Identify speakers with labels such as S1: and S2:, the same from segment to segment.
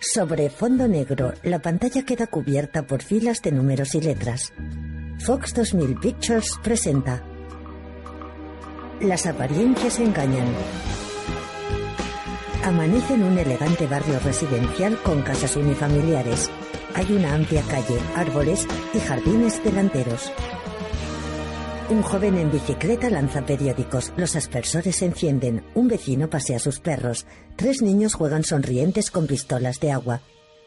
S1: Sobre fondo negro, la pantalla queda cubierta por filas de números y letras. Fox 2000 Pictures presenta Las apariencias engañan. Amanece en un elegante barrio residencial con casas unifamiliares. Hay una amplia calle, árboles y jardines delanteros. Un joven en bicicleta lanza periódicos, los aspersores se encienden, un vecino pasea a sus perros, tres niños juegan sonrientes con pistolas de agua,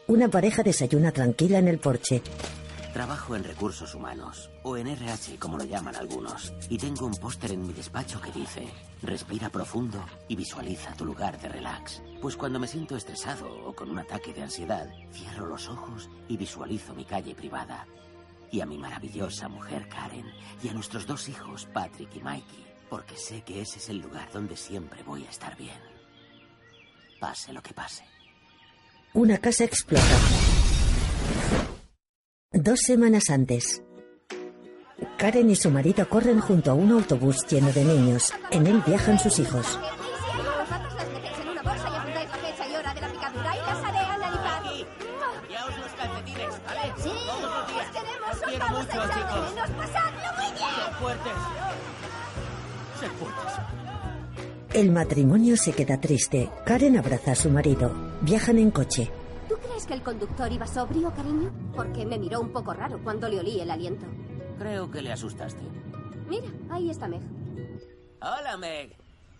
S1: una pareja desayuna tranquila en el porche.
S2: Trabajo en recursos humanos, o en RH como lo llaman algunos, y tengo un póster en mi despacho que dice, respira profundo y visualiza tu lugar de relax. Pues cuando me siento estresado o con un ataque de ansiedad, cierro los ojos y visualizo mi calle privada, y a mi maravillosa mujer Karen, y a nuestros dos hijos Patrick y Mikey, porque sé que ese es el lugar donde siempre voy a estar bien. Pase lo que pase.
S1: Una casa explota. Dos semanas antes. Karen y su marido corren junto a un autobús lleno de niños. En él viajan sus hijos. El matrimonio se queda triste. Karen abraza a su marido. Viajan en coche.
S3: ¿Tú crees que el conductor iba sobrio, cariño? Porque me miró un poco raro cuando le olí el aliento.
S2: Creo que le asustaste.
S3: Mira, ahí está Meg.
S2: Hola, Meg.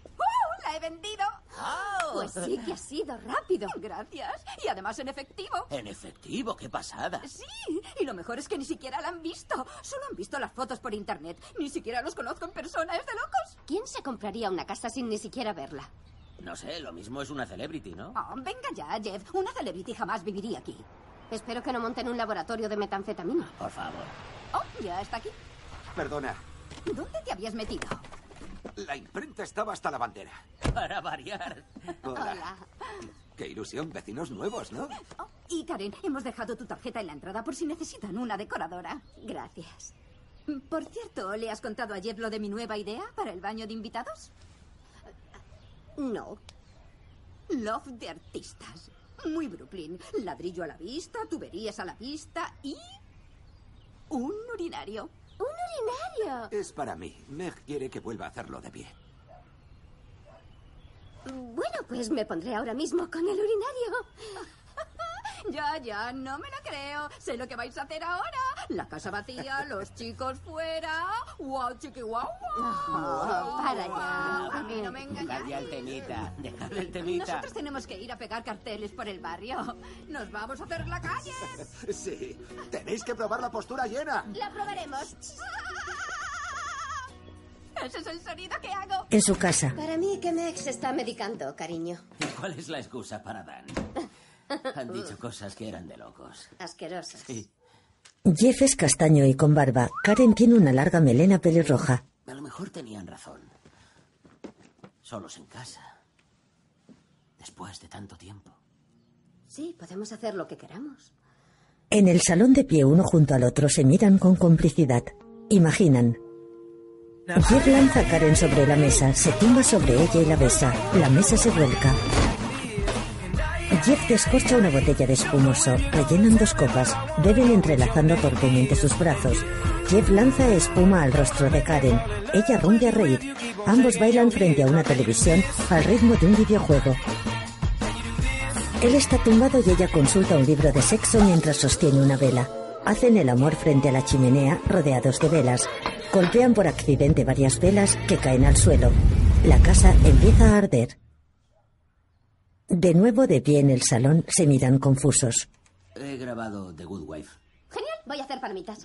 S4: ¡Uh! ¡La he vendido!
S2: Oh.
S3: Pues sí que ha sido rápido.
S4: Gracias. Y además en efectivo.
S2: En efectivo, qué pasada.
S4: Sí, y lo mejor es que ni siquiera la han visto. Solo han visto las fotos por internet. Ni siquiera los conozco en persona. Es de locos.
S3: ¿Quién se compraría una casa sin ni siquiera verla?
S2: No sé, lo mismo es una celebrity, ¿no?
S4: Oh, venga ya, Jeff. Una celebrity jamás viviría aquí.
S3: Espero que no monten un laboratorio de metanfetamina.
S2: Por favor.
S4: Oh, ya está aquí.
S5: Perdona,
S4: ¿Dónde te habías metido?
S5: la imprenta estaba hasta la bandera.
S2: Para variar.
S5: Hola. Qué ilusión, vecinos nuevos, ¿no?
S4: Oh, y Karen, hemos dejado tu tarjeta en la entrada por si necesitan una decoradora.
S3: Gracias.
S4: Por cierto, ¿le has contado a Jeff lo de mi nueva idea para el baño de invitados?
S3: No.
S4: Love de artistas. Muy Brooklyn. Ladrillo a la vista, tuberías a la vista y... Un urinario.
S3: ¡Un urinario!
S5: Es para mí. Meg quiere que vuelva a hacerlo de pie.
S3: Bueno, pues me pondré ahora mismo con el urinario.
S4: Ya, ya, no me lo creo. Sé lo que vais a hacer ahora. La casa vacía, los chicos fuera. ¡Wow, chiqui, guau, guau!
S3: Oh, para
S4: Guau,
S3: ya.
S4: A mí no me engañáis.
S2: Calla el temita. Dejad el temita.
S4: Nosotros tenemos que ir a pegar carteles por el barrio. Nos vamos a hacer la calle.
S5: Sí, tenéis que probar la postura llena.
S3: La probaremos.
S4: Ese es el sonido que hago.
S1: En su casa,
S3: Para mí que Meg se está medicando, cariño.
S2: ¿Y cuál es la excusa para Dan? Han dicho cosas que eran de locos.
S3: Asquerosa.
S2: Sí.
S1: Jeff es castaño y con barba. Karen tiene una larga melena pelirroja.
S2: A lo mejor tenían razón. Solos en casa. Después de tanto tiempo.
S3: Sí, podemos hacer lo que queramos.
S1: En el salón de pie uno junto al otro se miran con complicidad. Imaginan. Jeff lanza a Karen sobre la mesa, se tumba sobre ella y la besa. La mesa se vuelca. Jeff descorcha una botella de espumoso, rellenan dos copas, beben entrelazando torpemente sus brazos. Jeff lanza espuma al rostro de Karen. Ella rompe a reír. Ambos bailan frente a una televisión al ritmo de un videojuego. Él está tumbado y ella consulta un libro de sexo mientras sostiene una vela. Hacen el amor frente a la chimenea, rodeados de velas. Golpean por accidente varias velas que caen al suelo. La casa empieza a arder. De nuevo de pie en el salón, se miran confusos.
S2: He grabado The Good Wife.
S3: Genial, voy a hacer palomitas.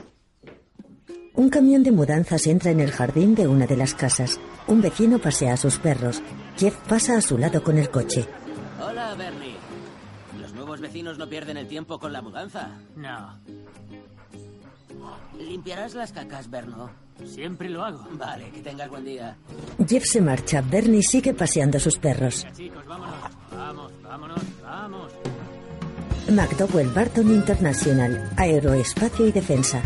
S1: Un camión de mudanzas entra en el jardín de una de las casas. Un vecino pasea a sus perros. Jeff pasa a su lado con el coche.
S2: Hola, Bernie. Los nuevos vecinos no pierden el tiempo con la mudanza.
S6: No,
S2: Limpiarás las cacas, Berno.
S6: siempre lo hago.
S2: Vale, que tengas buen día.
S1: Jeff se marcha, Bernie sigue paseando a sus perros.
S6: Venga, chicos, vámonos. Vamos, vámonos, vamos.
S1: McDowell Barton International, Aeroespacio y Defensa.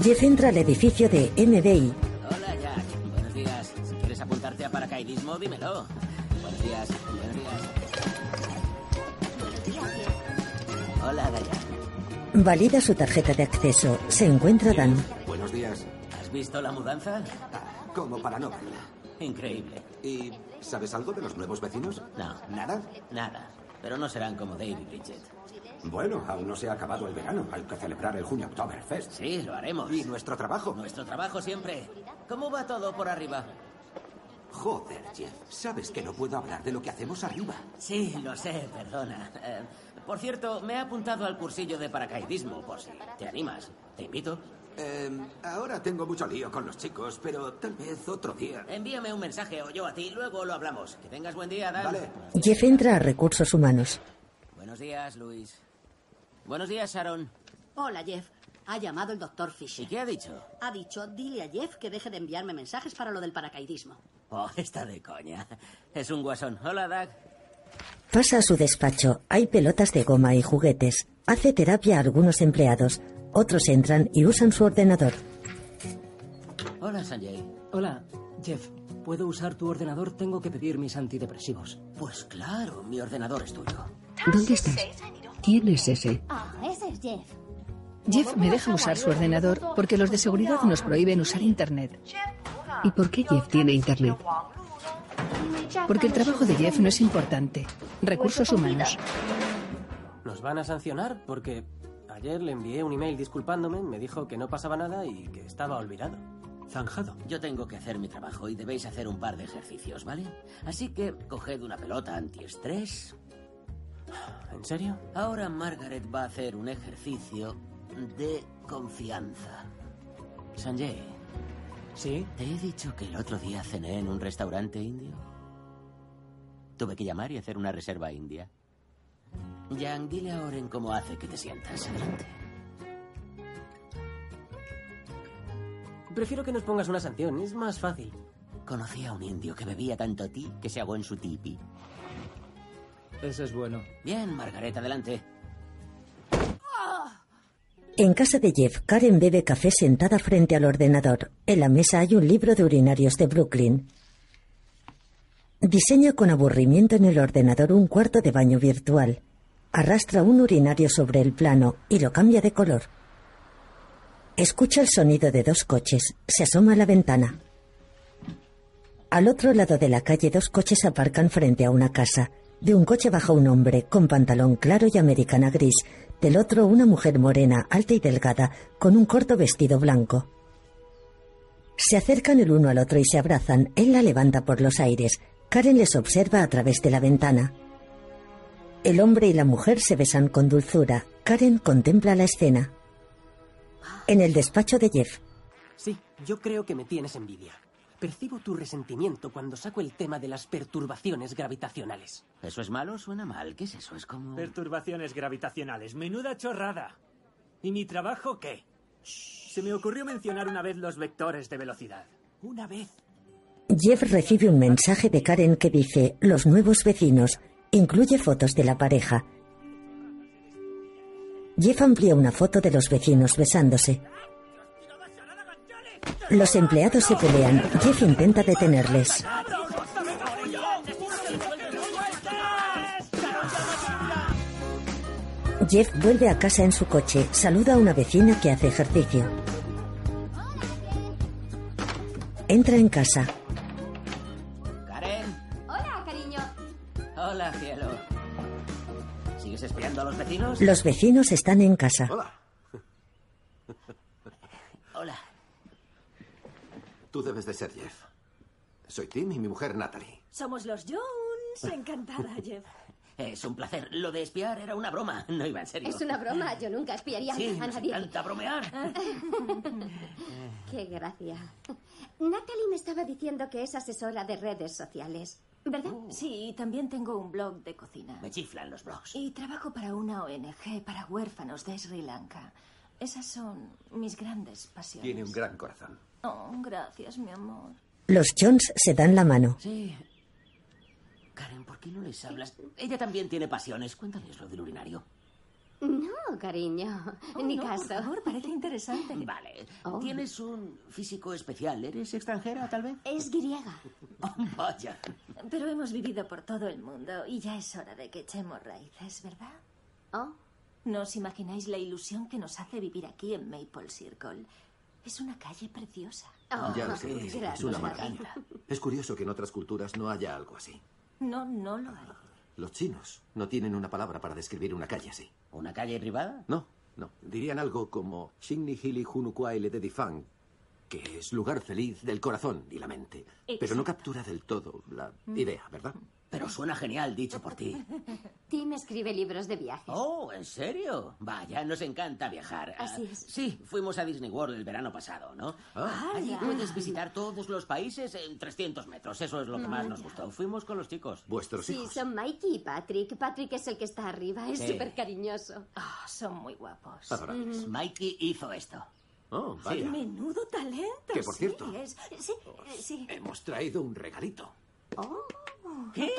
S1: Jeff entra al edificio de MBI.
S2: Hola, Jack. Buenos días. Si quieres apuntarte a paracaidismo, dímelo. Buenos días. Buenos días.
S3: Buenos días.
S2: Hola, Dayan.
S1: Valida su tarjeta de acceso. Se encuentra Dan.
S5: Buenos días.
S2: ¿Has visto la mudanza?
S5: Ah, como para no verla.
S2: Increíble.
S5: ¿Y sabes algo de los nuevos vecinos?
S2: No.
S5: ¿Nada?
S2: Nada. Pero no serán como Dave y Bridget.
S5: Bueno, aún no se ha acabado el verano. Hay que celebrar el Junio Oktoberfest.
S2: Sí, lo haremos.
S5: Y nuestro trabajo.
S2: Nuestro trabajo siempre. ¿Cómo va todo por arriba?
S5: Joder, Jeff. Sabes que no puedo hablar de lo que hacemos arriba.
S2: Sí, lo sé, perdona. Eh, por cierto, me he apuntado al cursillo de paracaidismo, por si te animas. Te invito.
S5: Eh, ahora tengo mucho lío con los chicos, pero tal vez otro día.
S2: Envíame un mensaje o yo a ti, luego lo hablamos. Que tengas buen día, Dan.
S5: Vale.
S1: Jeff entra a recursos humanos.
S2: Buenos días, Luis. Buenos días, Sharon.
S7: Hola, Jeff. Ha llamado el doctor
S2: ¿Y
S7: Fisher.
S2: qué ha dicho?
S7: Ha dicho, dile a Jeff que deje de enviarme mensajes para lo del paracaidismo.
S2: Oh, está de coña. Es un guasón. Hola, Doug.
S1: Pasa a su despacho. Hay pelotas de goma y juguetes. Hace terapia a algunos empleados. Otros entran y usan su ordenador.
S2: Hola, Sanjay.
S8: Hola, Jeff. ¿Puedo usar tu ordenador? Tengo que pedir mis antidepresivos.
S2: Pues claro, mi ordenador es tuyo.
S9: ¿Dónde estás? ¿Quién es ese?
S3: Ah, ese es Jeff.
S9: Jeff me deja usar su ordenador porque los de seguridad nos prohíben usar Internet. ¿Y por qué Jeff tiene Internet? Porque el trabajo de Jeff no es importante. Recursos humanos.
S10: Nos van a sancionar porque ayer le envié un email disculpándome, me dijo que no pasaba nada y que estaba olvidado. Zanjado.
S2: Yo tengo que hacer mi trabajo y debéis hacer un par de ejercicios, ¿vale? Así que coged una pelota antiestrés.
S10: ¿En serio?
S2: Ahora Margaret va a hacer un ejercicio de confianza. Sanjay,
S10: Sí.
S2: ¿te he dicho que el otro día cené en un restaurante indio? Tuve que llamar y hacer una reserva india. Yang, dile a Oren cómo hace que te sientas. Adelante.
S10: Prefiero que nos pongas una sanción, es más fácil.
S2: Conocí a un indio que bebía tanto ti que se ahogó en su tipi.
S8: Ese es bueno.
S2: Bien, Margaret, adelante.
S1: En casa de Jeff, Karen bebe café sentada frente al ordenador. En la mesa hay un libro de urinarios de Brooklyn. Diseña con aburrimiento en el ordenador un cuarto de baño virtual. Arrastra un urinario sobre el plano y lo cambia de color. Escucha el sonido de dos coches. Se asoma a la ventana. Al otro lado de la calle dos coches aparcan frente a una casa. De un coche baja un hombre con pantalón claro y americana gris, del otro una mujer morena, alta y delgada, con un corto vestido blanco. Se acercan el uno al otro y se abrazan. Él la levanta por los aires. Karen les observa a través de la ventana. El hombre y la mujer se besan con dulzura. Karen contempla la escena. En el despacho de Jeff,
S10: Sí, yo creo que me tienes envidia. Percibo tu resentimiento cuando saco el tema de las perturbaciones gravitacionales.
S2: ¿Eso es malo? Suena mal. ¿Qué es eso? Es como...
S11: Perturbaciones gravitacionales. Menuda chorrada. ¿Y mi trabajo qué? Se me ocurrió mencionar una vez los vectores de velocidad.
S10: Una vez.
S1: Jeff recibe un mensaje de Karen que dice Los nuevos vecinos. Incluye fotos de la pareja. Jeff amplía una foto de los vecinos besándose. Los empleados se pelean. Jeff intenta detenerles. Jeff vuelve a casa en su coche. Saluda a una vecina que hace ejercicio. Entra en casa.
S2: Karen.
S3: Hola, cariño.
S2: Hola, cielo. ¿Sigues espiando a los vecinos?
S1: Los vecinos están en casa.
S5: Hola.
S2: Hola.
S5: Tú debes de ser Jeff. Soy Tim y mi mujer Natalie.
S7: Somos los Jones. Encantada, Jeff.
S2: Es un placer. Lo de espiar era una broma. No iba en serio.
S3: Es una broma. Yo nunca espiaría
S2: Sí,
S3: a
S2: nos
S3: nadie.
S2: encanta bromear.
S3: Qué gracia. Natalie me estaba diciendo que es asesora de redes sociales, ¿verdad?
S7: Sí, y también tengo un blog de cocina.
S2: Me chiflan los blogs.
S7: Y trabajo para una ONG para huérfanos de Sri Lanka. Esas son mis grandes pasiones.
S5: Tiene un gran corazón.
S7: Oh, gracias, mi amor.
S1: Los Jones se dan la mano.
S2: Sí. Karen, ¿por qué no les hablas? Ella también tiene pasiones. Cuéntales lo del urinario.
S3: No, cariño. Ni
S7: Oh, no,
S3: caso.
S7: Por favor, parece interesante.
S2: Vale.
S3: Oh.
S2: Tienes un físico especial. ¿Eres extranjera, tal vez?
S3: Es griega.
S2: Oh, vaya.
S7: Pero hemos vivido por todo el mundo y ya es hora de que echemos raíces, ¿verdad?
S3: Oh,
S12: No os imagináis la ilusión que nos hace vivir aquí en Maple Circle. Es una calle preciosa.
S3: Ah,
S5: ya lo sé, Lizzie, es una maravilla. Es curioso que en otras culturas no haya algo así.
S12: No, no lo hay.
S5: Los chinos no tienen una palabra para describir una calle así.
S2: ¿Una calle privada?
S5: No, no. Dirían algo como Shingni Hili Hunukwai Lededifang, que es lugar feliz del corazón y la mente. Pero no
S3: Exacto.
S5: captura del todo la idea, ¿verdad?
S10: Mm.
S2: Pero suena genial dicho por ti.
S3: Tim escribe libros de viajes.
S2: Oh, ¿en serio? Vaya, nos encanta viajar. Ah,
S3: Así es.
S2: Sí, fuimos a Disney World el verano pasado, ¿no? Oh, Allí
S3: Vaya.
S2: puedes visitar todos los países en 300 metros. Eso es lo que más nos gustó. Fuimos con los chicos.
S5: Vuestros
S3: Sí, son Mikey y Patrick. Patrick es el que está arriba, es
S2: Sí.
S3: súper cariñoso.
S7: Oh,
S12: son muy guapos.
S5: Adorables.
S2: Mikey hizo esto.
S5: Oh,
S2: vaya. Mm. Sí.
S12: Menudo talento.
S5: Que, por
S12: sí,
S5: cierto-
S12: es- sí, sí.
S5: Hemos traído un regalito.
S2: ¿Qué?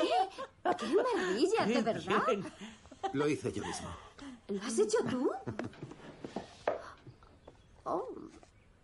S3: ¡Qué maravilla, de verdad!
S5: Lo hice yo mismo.
S3: ¿Lo has hecho tú? Oh,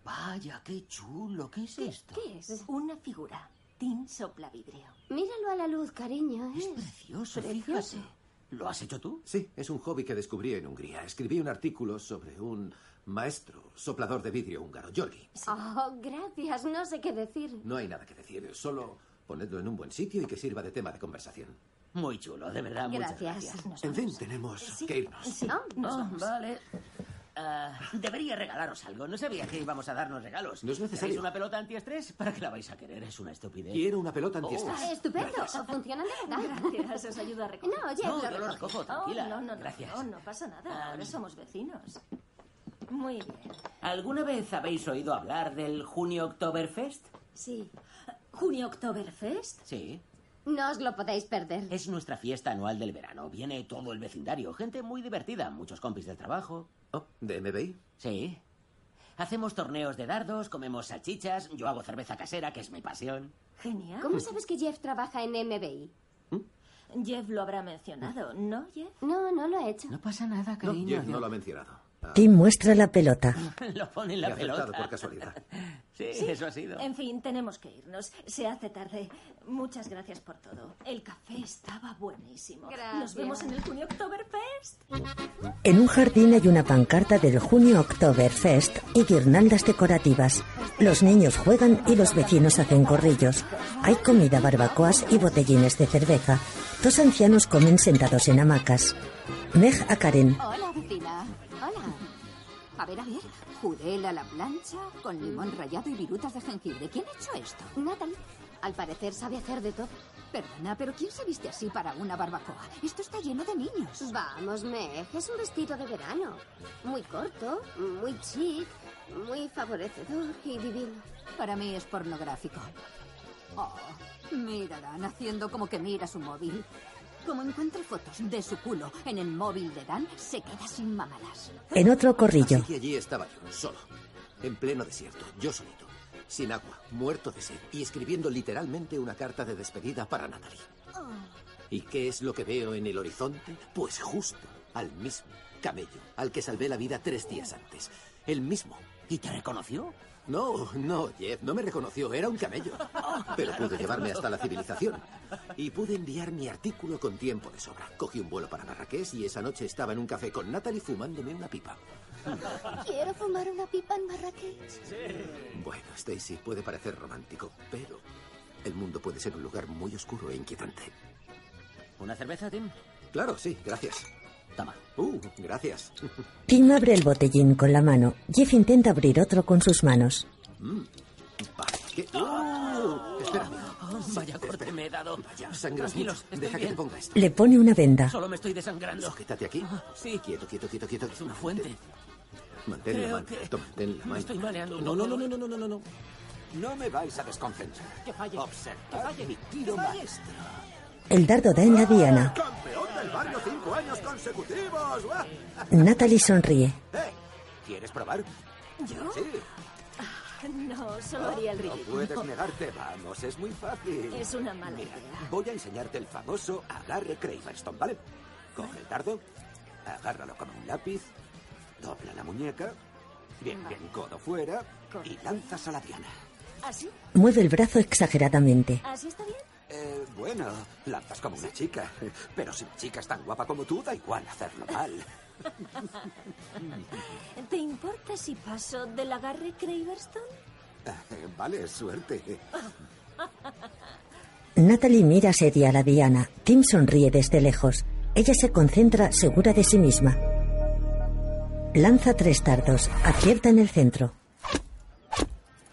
S2: Vaya, qué chulo. ¿Qué es esto?
S3: ¿qué es?
S12: Una figura. Tin sopla vidrio.
S3: Míralo a la luz, cariño,
S2: Es
S3: ¿eh?
S2: precioso,
S3: Precioso.
S2: fíjate. ¿Lo has hecho tú?
S5: Sí, es un hobby que descubrí en Hungría. Escribí un artículo sobre un maestro soplador de vidrio húngaro, Jordi.
S3: Oh, gracias, no sé qué decir.
S5: No hay nada que decir, solo ponedlo en un buen sitio y que sirva de tema de conversación.
S2: Muy chulo, de verdad, muchas
S3: Gracias.
S12: Pues
S2: gracias.
S5: En fin, tenemos que irnos.
S12: Sí, nos
S2: Oh,
S12: vamos.
S2: vale. Ah, debería regalaros algo. No sabía que íbamos a darnos regalos.
S5: No es necesario.
S2: ¿Queréis una pelota antiestrés? ¿Para qué la vais a querer? Es una estupidez.
S5: Quiero una pelota antiestrés.
S3: Ah, Estupendo, funcionan de verdad.
S12: Gracias, os ayudo a recoger.
S3: No, ya
S2: No,
S3: lo
S2: yo lo
S3: recojo.
S2: recojo,
S12: Oh,
S2: tranquila.
S12: no, no, no,
S2: Gracias.
S12: no, no pasa nada. Ahora somos vecinos. Muy bien.
S2: ¿Alguna vez habéis oído hablar del Junio Oktoberfest?
S3: Sí,
S12: ¿Junio Oktoberfest?
S2: Sí.
S3: no os lo podéis perder.
S2: Es nuestra fiesta anual del verano. Viene todo el vecindario. Gente muy divertida. Muchos compis del trabajo.
S5: Oh, ¿De MBI?
S2: Sí. Hacemos torneos de dardos, comemos salchichas. Yo hago cerveza casera, que es mi pasión. Ah.
S12: Genial.
S3: ¿Cómo sabes que Jeff trabaja en MBI?
S12: Jeff lo habrá mencionado, ¿no, Jeff?
S3: No, no lo ha hecho.
S9: No pasa nada,
S5: No, Jeff no lo ha mencionado. Ah,
S1: Tim muestra la pelota.
S2: Lo pone en
S5: me ha
S2: la
S5: acertado
S2: pelota.
S5: por casualidad.
S2: Sí, eso ha sido.
S12: En fin, tenemos que irnos. Se hace tarde. Muchas gracias por todo. El café estaba buenísimo.
S3: Gracias.
S12: Nos vemos en el Junio Oktoberfest.
S1: En un jardín hay una pancarta del Junio Oktoberfest y guirnaldas decorativas. Los niños juegan y los vecinos hacen corrillos. Hay comida, barbacoas y botellines de cerveza. Dos ancianos comen sentados en hamacas. Meg a Karen.
S4: Hola, vecina. Hola. A ver, a ver. Jurel a la plancha con limón rallado y virutas de jengibre. ¿Quién ha hecho esto?
S3: Natalie,
S4: Al parecer sabe hacer de todo. Perdona, pero ¿quién se viste así para una barbacoa? Esto está lleno de niños.
S3: vamos, Meg, es un vestido de verano. Muy corto, muy chic, muy favorecedor y divino.
S4: Para mí es pornográfico. Oh, mírala, haciendo como que mira su móvil. Como encuentre fotos de su culo en el móvil de Dan, se queda sin mamadas.
S1: En otro
S5: Así
S1: corrillo.
S5: que allí estaba yo, solo, en pleno desierto, yo solito, sin agua, muerto de sed y escribiendo literalmente una carta de despedida para Natalie.
S2: Oh.
S5: ¿Y qué es lo que veo en el horizonte? Pues justo al mismo camello al que salvé la vida tres días antes. El mismo.
S2: ¿Y te reconoció? Oh,
S5: No, no, Jeff, no me reconoció, era un camello. Pero pude llevarme hasta la civilización. Y pude enviar mi artículo con tiempo de sobra. Cogí un vuelo para Marrakech y esa noche estaba en un café con Natalie fumándome una pipa.
S3: Quiero fumar una pipa en Marrakech.
S5: Bueno, Stacy, puede parecer romántico, pero el mundo puede ser un lugar muy oscuro e inquietante.
S2: ¿Una cerveza, Tim?
S5: Claro, sí, gracias.
S2: Toma.
S5: Uh, gracias.
S1: Tim abre el botellín con la mano. Jeff intenta abrir otro con sus manos.
S5: Vale, ¿qué? Uh, espera,
S2: Oh, vaya corte me he dado. Vaya,
S5: sangras mucho.
S2: Tranquilos,
S5: Deja
S2: estoy
S5: que te
S2: bien.
S5: ponga esto.
S1: Le pone una venda.
S2: Solo me estoy desangrando.
S5: Sujétate aquí.
S2: Ah, Sí,
S5: Quieto, quieto, quieto, quieto.
S2: es una fuente.
S5: Mantén la
S2: Creo
S5: mano.
S2: que-
S5: Toma, ten la
S2: me
S5: mano.
S2: estoy mareando un
S5: No, no, no,
S2: poco.
S5: no, no, no, no, no, no. No me vais a desconcentrar. Que falle. Observad mi tiro maestro.
S1: El dardo da en la diana.
S5: ¡Campeón del barrio cinco años consecutivos! ¡Guau!
S1: Natalie sonríe.
S5: ¡Eh! ¿Quieres probar? ¿Yo? Sí.
S12: No, solo haría el
S5: No
S12: ridículo.
S5: puedes negarte, vamos, es muy fácil.
S12: Es una mala
S5: Mira,
S12: idea.
S5: Voy a enseñarte el famoso agarre Craverston, ¿vale? Coge el dardo, agárralo como un lápiz, dobla la muñeca, bien, bien, codo fuera y lanzas a la diana.
S12: ¿Así?
S1: Mueve el brazo exageradamente.
S12: ¿Así ¿Ah, está bien?
S5: Eh, bueno, lanzas como una chica, pero si la chica es tan guapa como tú, da igual hacerlo mal.
S7: ¿Te importa si paso del agarre Craverston?
S5: Vale, suerte.
S1: Natalie mira seria a la Diana. Tim sonríe desde lejos. Ella se concentra segura de sí misma. Lanza tres tardos. Acierta en el centro.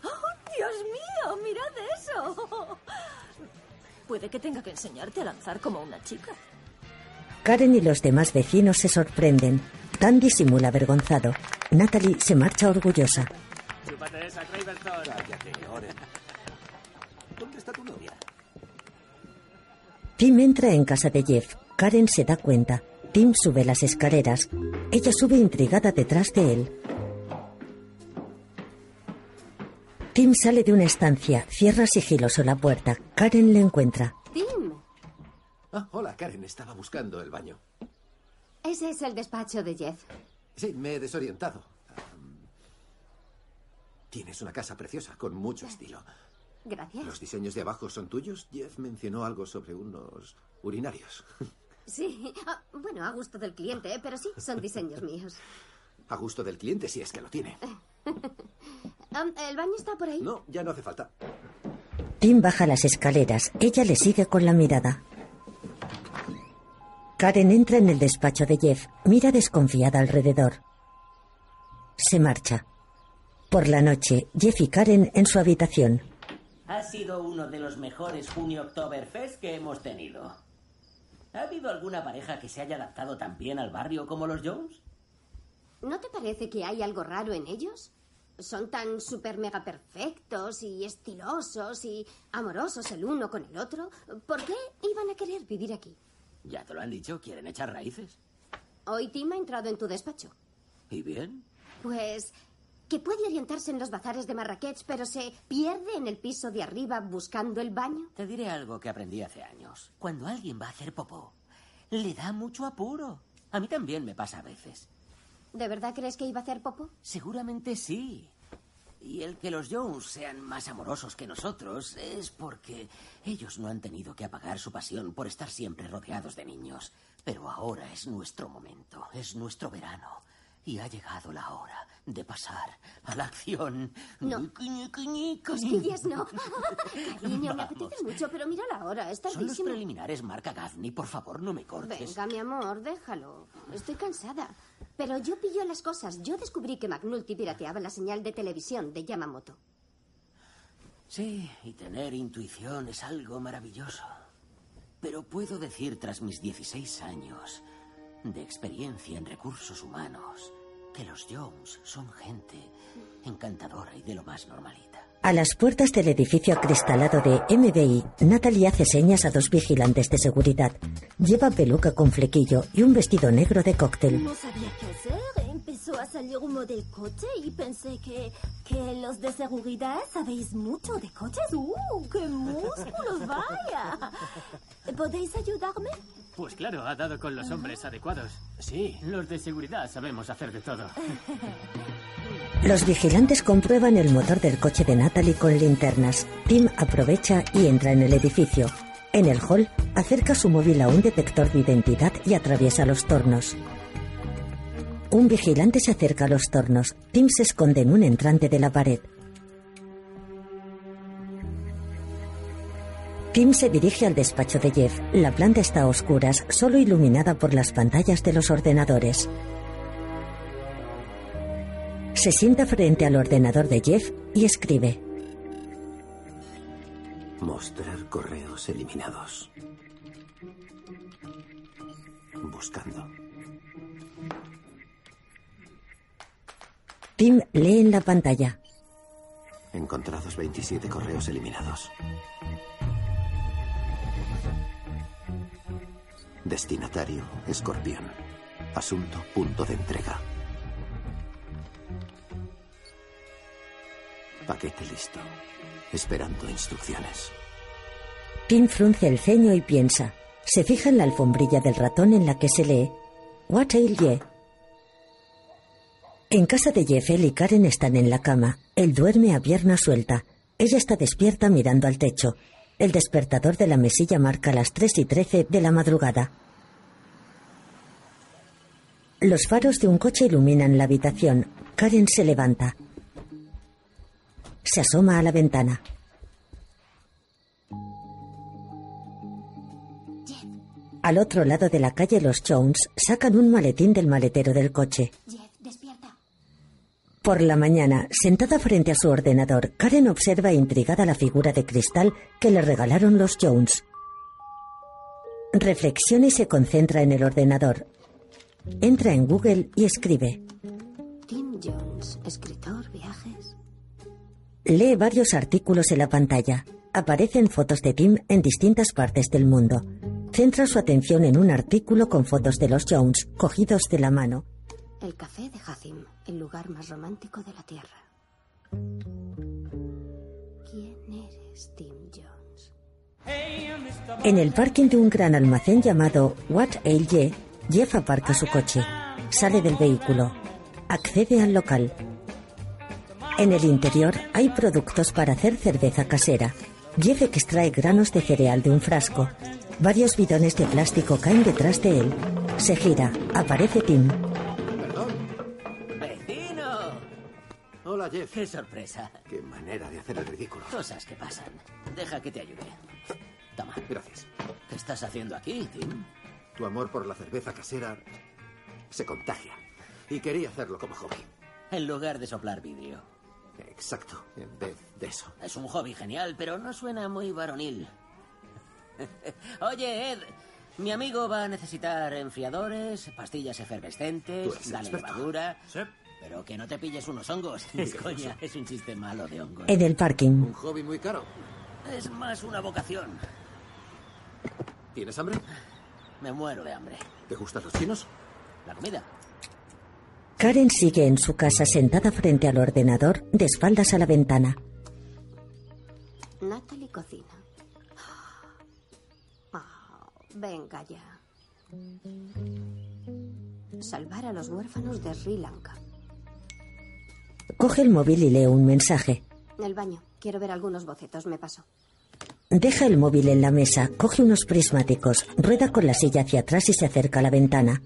S7: ¡Oh, Dios mío! ¡Mirad eso! Puede que tenga que enseñarte a lanzar como una chica.
S1: Karen y los demás vecinos se sorprenden. Tan disimula avergonzado. Natalie se marcha orgullosa.
S6: Chúpate esa, Craverton.
S5: Cállate, Oren. ¿Dónde está tu novia?
S1: Tim entra en casa de Jeff. Karen se da cuenta. Tim sube las escaleras. Ella sube intrigada detrás de él. Tim sale de una estancia, cierra sigiloso la puerta. Karen le encuentra.
S3: Tim,
S5: Ah, hola, Karen. Estaba buscando el baño.
S3: ese es el despacho de Jeff.
S5: Sí, me he desorientado. Am, Tienes una casa preciosa, con mucho estilo.
S3: Gracias.
S5: ¿Los diseños de abajo son tuyos? Jeff mencionó algo sobre unos urinarios.
S3: Sí, ah, bueno, a gusto del cliente, ¿eh? pero sí, son diseños míos.
S5: A gusto del cliente, si es que lo tiene.
S3: Am, Ah, ¿El baño está por ahí?
S5: No, ya no hace falta.
S1: Tim baja las escaleras. Ella le sigue con la mirada. Karen entra en el despacho de Jeff. Mira desconfiada alrededor. Se marcha. Por la noche, Jeff y Karen en su habitación.
S13: Ha sido uno de los mejores Junio Oktoberfest que hemos tenido. ¿Ha habido alguna pareja que se haya adaptado tan bien al barrio como los Jones?
S3: ¿No te parece que hay algo raro en ellos? Son tan super mega perfectos y estilosos y amorosos el uno con el otro. ¿Por qué iban a querer vivir aquí?
S2: Ya te lo han dicho, quieren echar raíces.
S3: Hoy Tim ha entrado en tu despacho.
S2: ¿Y bien?
S3: Pues que puede orientarse en los bazares de Marrakech, pero se pierde en el piso de arriba buscando el baño.
S2: Te diré algo que aprendí hace años. Cuando alguien va a hacer popó, le da mucho apuro. A mí también me pasa a veces.
S3: ¿De verdad crees que iba a hacer popo?
S2: Seguramente sí. Y el que los Jones sean más amorosos que nosotros es porque ellos no han tenido que apagar su pasión por estar siempre rodeados de niños. Pero ahora es nuestro momento, es nuestro verano. Y ha llegado la hora de pasar a la acción.
S3: No. Cosquillas Pues no. Cariño, me apetece
S2: Vamos.
S3: mucho, pero mira la hora, es
S2: Son los
S3: tardísimo.
S2: preliminares, marca Gaffney. Por favor, no me cortes.
S3: Venga, mi amor, déjalo. Estoy cansada. Pero yo pillo las cosas. Yo descubrí que McNulty pirateaba la señal de televisión de Yamamoto.
S2: Sí, y tener intuición es algo maravilloso. Pero puedo decir tras mis 16 años de experiencia en recursos humanos que los Jones son gente encantadora y de lo más normalita.
S1: A las puertas del edificio acristalado de MBI, Natalie hace señas a dos vigilantes de seguridad. Lleva peluca con flequillo y un vestido negro de cóctel.
S7: No sabía qué hacer. Empezó a salir humo del coche y pensé que, que los de seguridad sabéis mucho de coches. ¡Uh, qué músculos, vaya! ¿Podéis ayudarme?
S14: Pues claro, ha dado con los hombres adecuados. Sí, los de seguridad sabemos hacer de todo.
S1: Los vigilantes comprueban el motor del coche de Natalie con linternas. Tim aprovecha y entra en el edificio. En el hall, acerca su móvil a un detector de identidad y atraviesa los tornos. Un vigilante se acerca a los tornos. Tim se esconde en un entrante de la pared. Tim se dirige al despacho de Jeff. La planta está a oscuras, solo iluminada por las pantallas de los ordenadores. Se sienta frente al ordenador de Jeff y escribe.
S5: Mostrar correos eliminados. Buscando.
S1: Tim lee en la pantalla.
S5: Encontrados 27 correos eliminados. Destinatario, escorpión. Asunto, punto de entrega. Paquete listo. Esperando instrucciones.
S1: Tim frunce el ceño y piensa. Se fija en la alfombrilla del ratón en la que se lee What ail ye? En casa de Jeff, él y Karen están en la cama. Él duerme a pierna suelta. Ella está despierta mirando al techo. El despertador de la mesilla marca las 3 y 13 de la madrugada. Los faros de un coche iluminan la habitación. Karen se levanta. Se asoma a la ventana. Al otro lado de la calle los Jones sacan un maletín del maletero del coche.
S3: Jeff, despierta.
S1: Por la mañana, sentada frente a su ordenador, Karen observa intrigada la figura de cristal que le regalaron los Jones. Reflexiona y se concentra en el ordenador. Entra en Google y escribe.
S3: Tim Jones, escritor, viajes.
S1: Lee varios artículos en la pantalla. Aparecen fotos de Tim en distintas partes del mundo. Centra su atención en un artículo con fotos de los Jones cogidos de la mano.
S3: El café de Hazim, el lugar más romántico de la Tierra. ¿Quién eres, Tim Jones?
S1: En el parking de un gran almacén llamado What Ale Ye, Jeff aparca su coche, sale del vehículo, accede al local. En el interior hay productos para hacer cerveza casera. Jeff extrae granos de cereal de un frasco. Varios bidones de plástico caen detrás de él. Se gira, aparece Tim.
S13: ¡Vecino!
S5: Hola, Jeff.
S13: ¡Qué sorpresa!
S5: Qué manera de hacer el ridículo.
S13: Cosas que pasan. Deja que te ayude. Toma.
S5: Gracias.
S13: ¿Qué estás haciendo aquí, Tim?
S5: Tu amor por la cerveza casera se contagia. Y quería hacerlo como hobby.
S13: En lugar de soplar vidrio.
S5: Exacto, en vez de eso.
S13: Es un hobby genial, pero no suena muy varonil. Oye, Ed, mi amigo va a necesitar enfriadores, pastillas
S5: Tú eres
S13: efervescentes,
S5: el
S13: la
S5: experto.
S13: levadura. Pero que no te pilles unos hongos. Es coña, es un chiste malo de hongos.
S1: En el parking,
S5: Un hobby muy caro.
S13: Es más una vocación.
S5: ¿Tienes hambre?
S13: Me muero de hambre.
S5: ¿Te gustan los chinos?
S13: La comida.
S1: Karen sigue en su casa sentada frente al ordenador, de espaldas a la ventana.
S3: Natalie cocina. Ah, venga ya. Salvar a los huérfanos de Sri Lanka.
S1: Coge el móvil y lee un mensaje.
S3: El baño. Quiero ver algunos bocetos. Me paso.
S1: Deja el móvil en la mesa, coge unos prismáticos, rueda con la silla hacia atrás y se acerca a la ventana.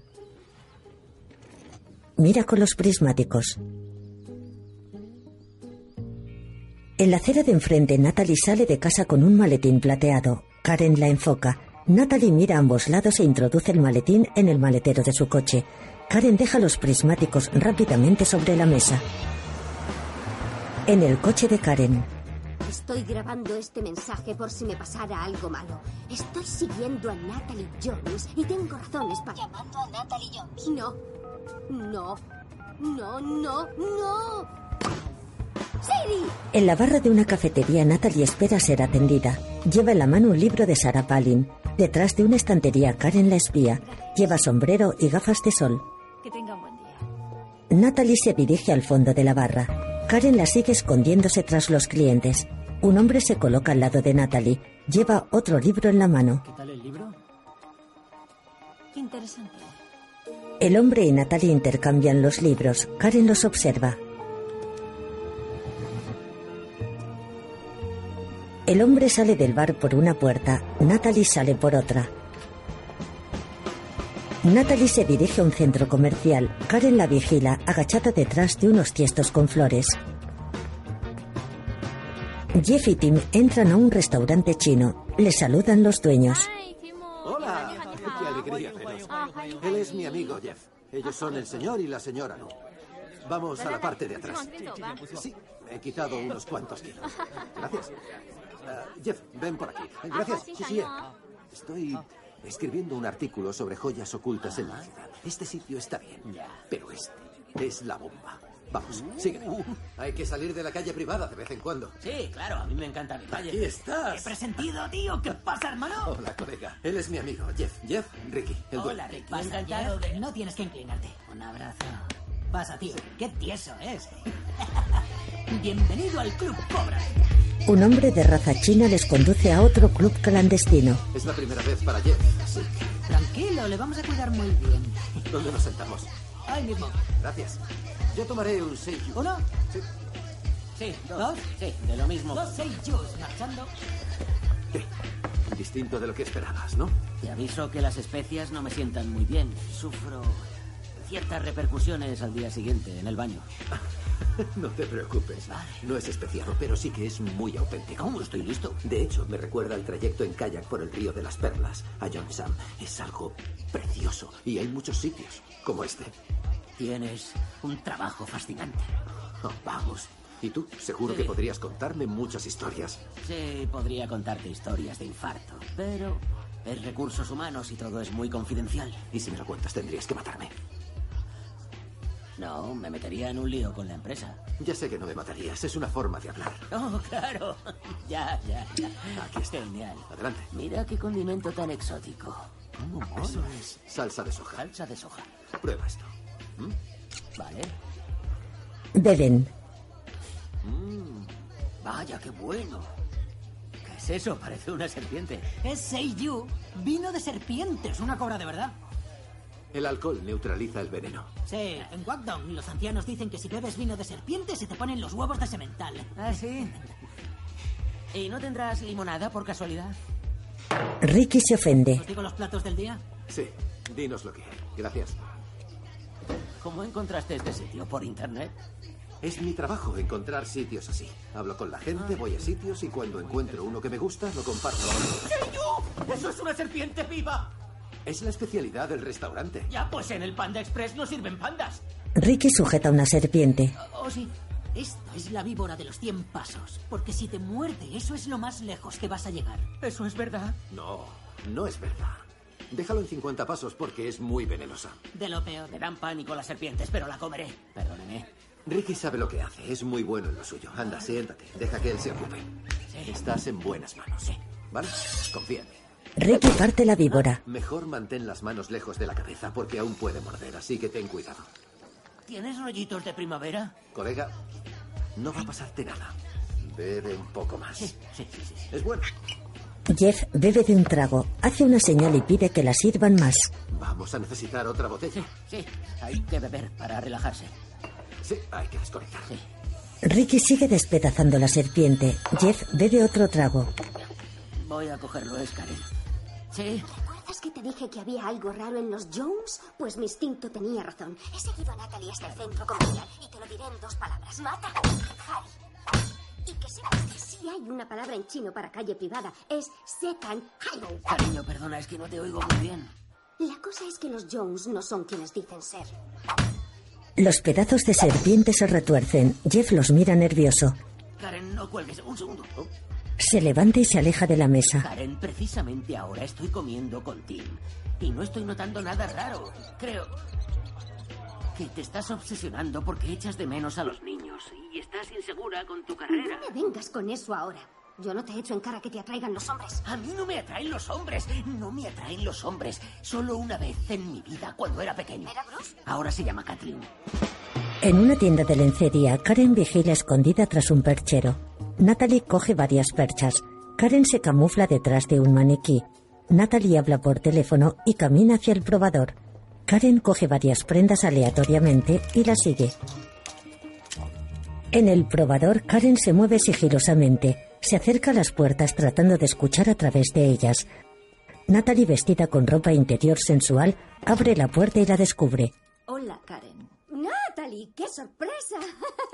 S1: Mira con los prismáticos. En la acera de enfrente, Natalie sale de casa con un maletín plateado. Karen la enfoca. Natalie mira a ambos lados e introduce el maletín en el maletero de su coche. Karen deja los prismáticos rápidamente sobre la mesa. En el coche de Karen.
S3: Estoy grabando este mensaje por si me pasara algo malo. Estoy siguiendo a Natalie Jones y tengo razones para... Llamando a Natalie Jones. No. No. No, no, no. ¡Siri!
S1: En la barra de una cafetería, Natalie espera ser atendida. Lleva en la mano un libro de Sarah Palin. Detrás de una estantería, Karen la espía. Lleva sombrero y gafas de sol.
S12: Que tenga un buen día.
S1: Natalie se dirige al fondo de la barra. Karen la sigue escondiéndose tras los clientes. Un hombre se coloca al lado de Natalie. Lleva otro libro en la mano.
S14: ¿Qué tal el libro?
S12: Interesante.
S1: El hombre y Natalie intercambian los libros. Karen los observa. El hombre sale del bar por una puerta, Natalie sale por otra. Natalie se dirige a un centro comercial. Karen la vigila, agachada detrás de unos tiestos con flores. Jeff y Tim entran a un restaurante chino. Les saludan los dueños.
S5: Hola. Qué alegría veros. Él es mi amigo Jeff. Ellos son el señor y la señora no. Vamos a la parte de atrás. Sí, he quitado unos cuantos kilos. Gracias. Ah, Jeff, ven por aquí. Gracias. Sí, sí. eh. Estoy escribiendo un artículo sobre joyas ocultas en la ciudad. Este sitio está bien, pero este es la bomba. Vamos, sígueme. Mm. Hay que salir de la calle privada de vez en cuando.
S13: Sí, claro, a mí me encanta mi calle.
S5: Aquí estás.
S13: ¡Qué
S4: Eh,
S13: presentido, tío! ¿Qué pasa, hermano?
S5: Hola, colega. Él es mi amigo, Jeff. Jeff, Ricky, el dueño.
S13: Hola, Rick. Encantado de... No tienes que inclinarte. Un abrazo. Pasa, tío. Qué tieso es. Bienvenido al Club Cobra.
S1: Un hombre de raza china les conduce a otro club clandestino.
S5: Es la primera vez para Jeff. Sí.
S4: Tranquilo, le vamos a cuidar muy bien.
S5: ¿Dónde nos sentamos?
S4: Ahí mismo.
S5: Gracias. Yo tomaré un seiyuu.
S4: ¿Uno?
S5: Sí.
S13: Sí, dos. Sí, de lo mismo.
S4: Dos seiyus marchando.
S5: Distinto de lo que esperabas, ¿no?
S13: Te aviso que las especias no me sientan muy bien. Sufro
S2: ciertas repercusiones al día siguiente en el baño.
S5: No te preocupes. No es especial, pero sí que es muy auténtico. ¿Cómo estoy listo? De hecho, me recuerda el trayecto en kayak por el río de las Perlas a John Sam. Es algo precioso y hay muchos sitios como este. Tienes un trabajo fascinante. vamos. ¿Y tú? Seguro
S2: Sí.
S5: que podrías contarme muchas historias.
S2: Sí, podría contarte historias de infarto, pero es recursos humanos y todo es muy confidencial.
S5: Y si me lo cuentas, tendrías que matarme.
S2: No, me metería en un lío con la empresa.
S5: Ya sé que no me matarías, es una forma de hablar.
S2: Oh, claro. Ya, ya, ya.
S5: Aquí está.
S2: Genial.
S5: Adelante.
S2: Mira qué condimento tan exótico. ¿Cómo mola?
S5: Eso es salsa de soja.
S2: Salsa de soja.
S5: Prueba esto.
S2: Vale.
S1: Beben.
S2: Mm, vaya, qué bueno. ¿Qué es eso? Parece una serpiente.
S15: Es Seiyu. Vino de serpientes, una cobra de verdad.
S5: El alcohol neutraliza el veneno.
S15: Sí, en Guangdong los ancianos dicen que si bebes vino de serpientes se te ponen los huevos de semental.
S2: Ah, sí. ¿Y no tendrás limonada por casualidad?
S1: Ricky se ofende.
S15: ¿Os digo los platos del día?
S5: Sí, dinos lo que hay. Gracias.
S2: ¿Cómo encontraste este sitio? ¿Por internet?
S5: Es mi trabajo encontrar sitios así. Hablo con la gente, voy a sitios y cuando encuentro uno que me gusta, lo comparto.
S15: ¡Seiyu! ¡Eso es una serpiente viva!
S5: Es la especialidad del restaurante.
S15: Ya, pues en el Panda Express no sirven pandas.
S1: Ricky sujeta una serpiente.
S15: Oh, sí. Esto es la víbora de los 100 pasos. Porque si te muerde, eso es lo más lejos que vas a llegar. ¿Eso es verdad?
S5: No, no es verdad. Déjalo en 50 pasos porque es muy venenosa.
S15: De lo peor.
S2: Me dan pánico las serpientes, pero la comeré. Perdóneme.
S5: Ricky sabe lo que hace, es muy bueno en lo suyo. Anda, siéntate, deja que él se ocupe. Estás en buenas manos. ¿Vale? Confía en mí.
S1: Ricky parte la víbora.
S5: Mejor mantén las manos lejos de la cabeza porque aún puede morder, así que ten cuidado.
S2: ¿Tienes rollitos de primavera?
S5: Colega, no va a pasarte nada. Bebe un poco más. Es bueno.
S1: Jeff bebe de un trago, hace una señal y pide que la sirvan más.
S5: Vamos a necesitar otra botella.
S2: Sí, hay que beber para relajarse.
S5: Sí, hay que desconectar.
S1: Ricky sigue despedazando la serpiente. Jeff bebe otro trago.
S2: Voy a cogerlo, es Karen.
S3: Sí. ¿Recuerdas que te dije que había algo raro en los Jones? Pues mi instinto tenía razón. He seguido a Natalie hasta el centro comercial y te lo diré en dos palabras. Mata Harry. Y que sepas que sí hay una palabra en chino para calle privada. Es Sekan Highway.
S2: Cariño, perdona, es que no te oigo muy bien.
S3: La cosa es que los Jones no son quienes dicen ser.
S1: Los pedazos de serpiente se retuercen. Jeff los mira nervioso.
S2: Karen, no cuelgues. Un segundo.
S1: Se levanta y se aleja de la mesa.
S2: Karen, precisamente ahora estoy comiendo con Tim. Y no estoy notando nada raro. Creo que te estás obsesionando porque echas de menos a los niños. Y estás insegura con tu carrera.
S3: No me vengas con eso ahora. Yo no te he hecho en cara que te atraigan los hombres.
S2: A mí no me atraen los hombres. No me atraen los hombres. Solo una vez en mi vida, cuando era pequeño. Ahora se llama Kathleen.
S1: En una tienda de lencería, Karen vigila escondida tras un perchero. Natalie coge varias perchas. Karen se camufla detrás de un maniquí. Natalie habla por teléfono y camina hacia el probador. Karen coge varias prendas aleatoriamente y la sigue. En el probador, Karen se mueve sigilosamente. Se acerca a las puertas tratando de escuchar a través de ellas. Natalie, vestida con ropa interior sensual, abre la puerta y la descubre.
S12: Hola, Karen.
S3: Natalie, qué sorpresa.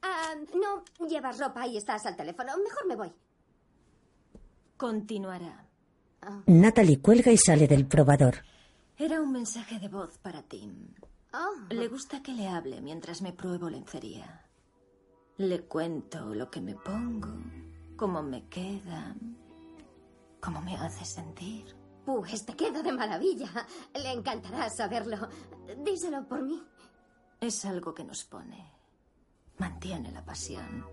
S3: Ah, no llevas ropa y estás al teléfono. Mejor me voy.
S12: Continuará.
S1: Natalie cuelga y sale del probador.
S12: Era un mensaje de voz para Tim.
S3: Oh,
S12: Le gusta que le hable mientras me pruebo lencería. Le cuento lo que me pongo, cómo me queda, cómo me hace sentir.
S3: Pues te queda de maravilla. Le encantará saberlo. Díselo por mí.
S12: Es algo que nos pone. Mantiene la pasión.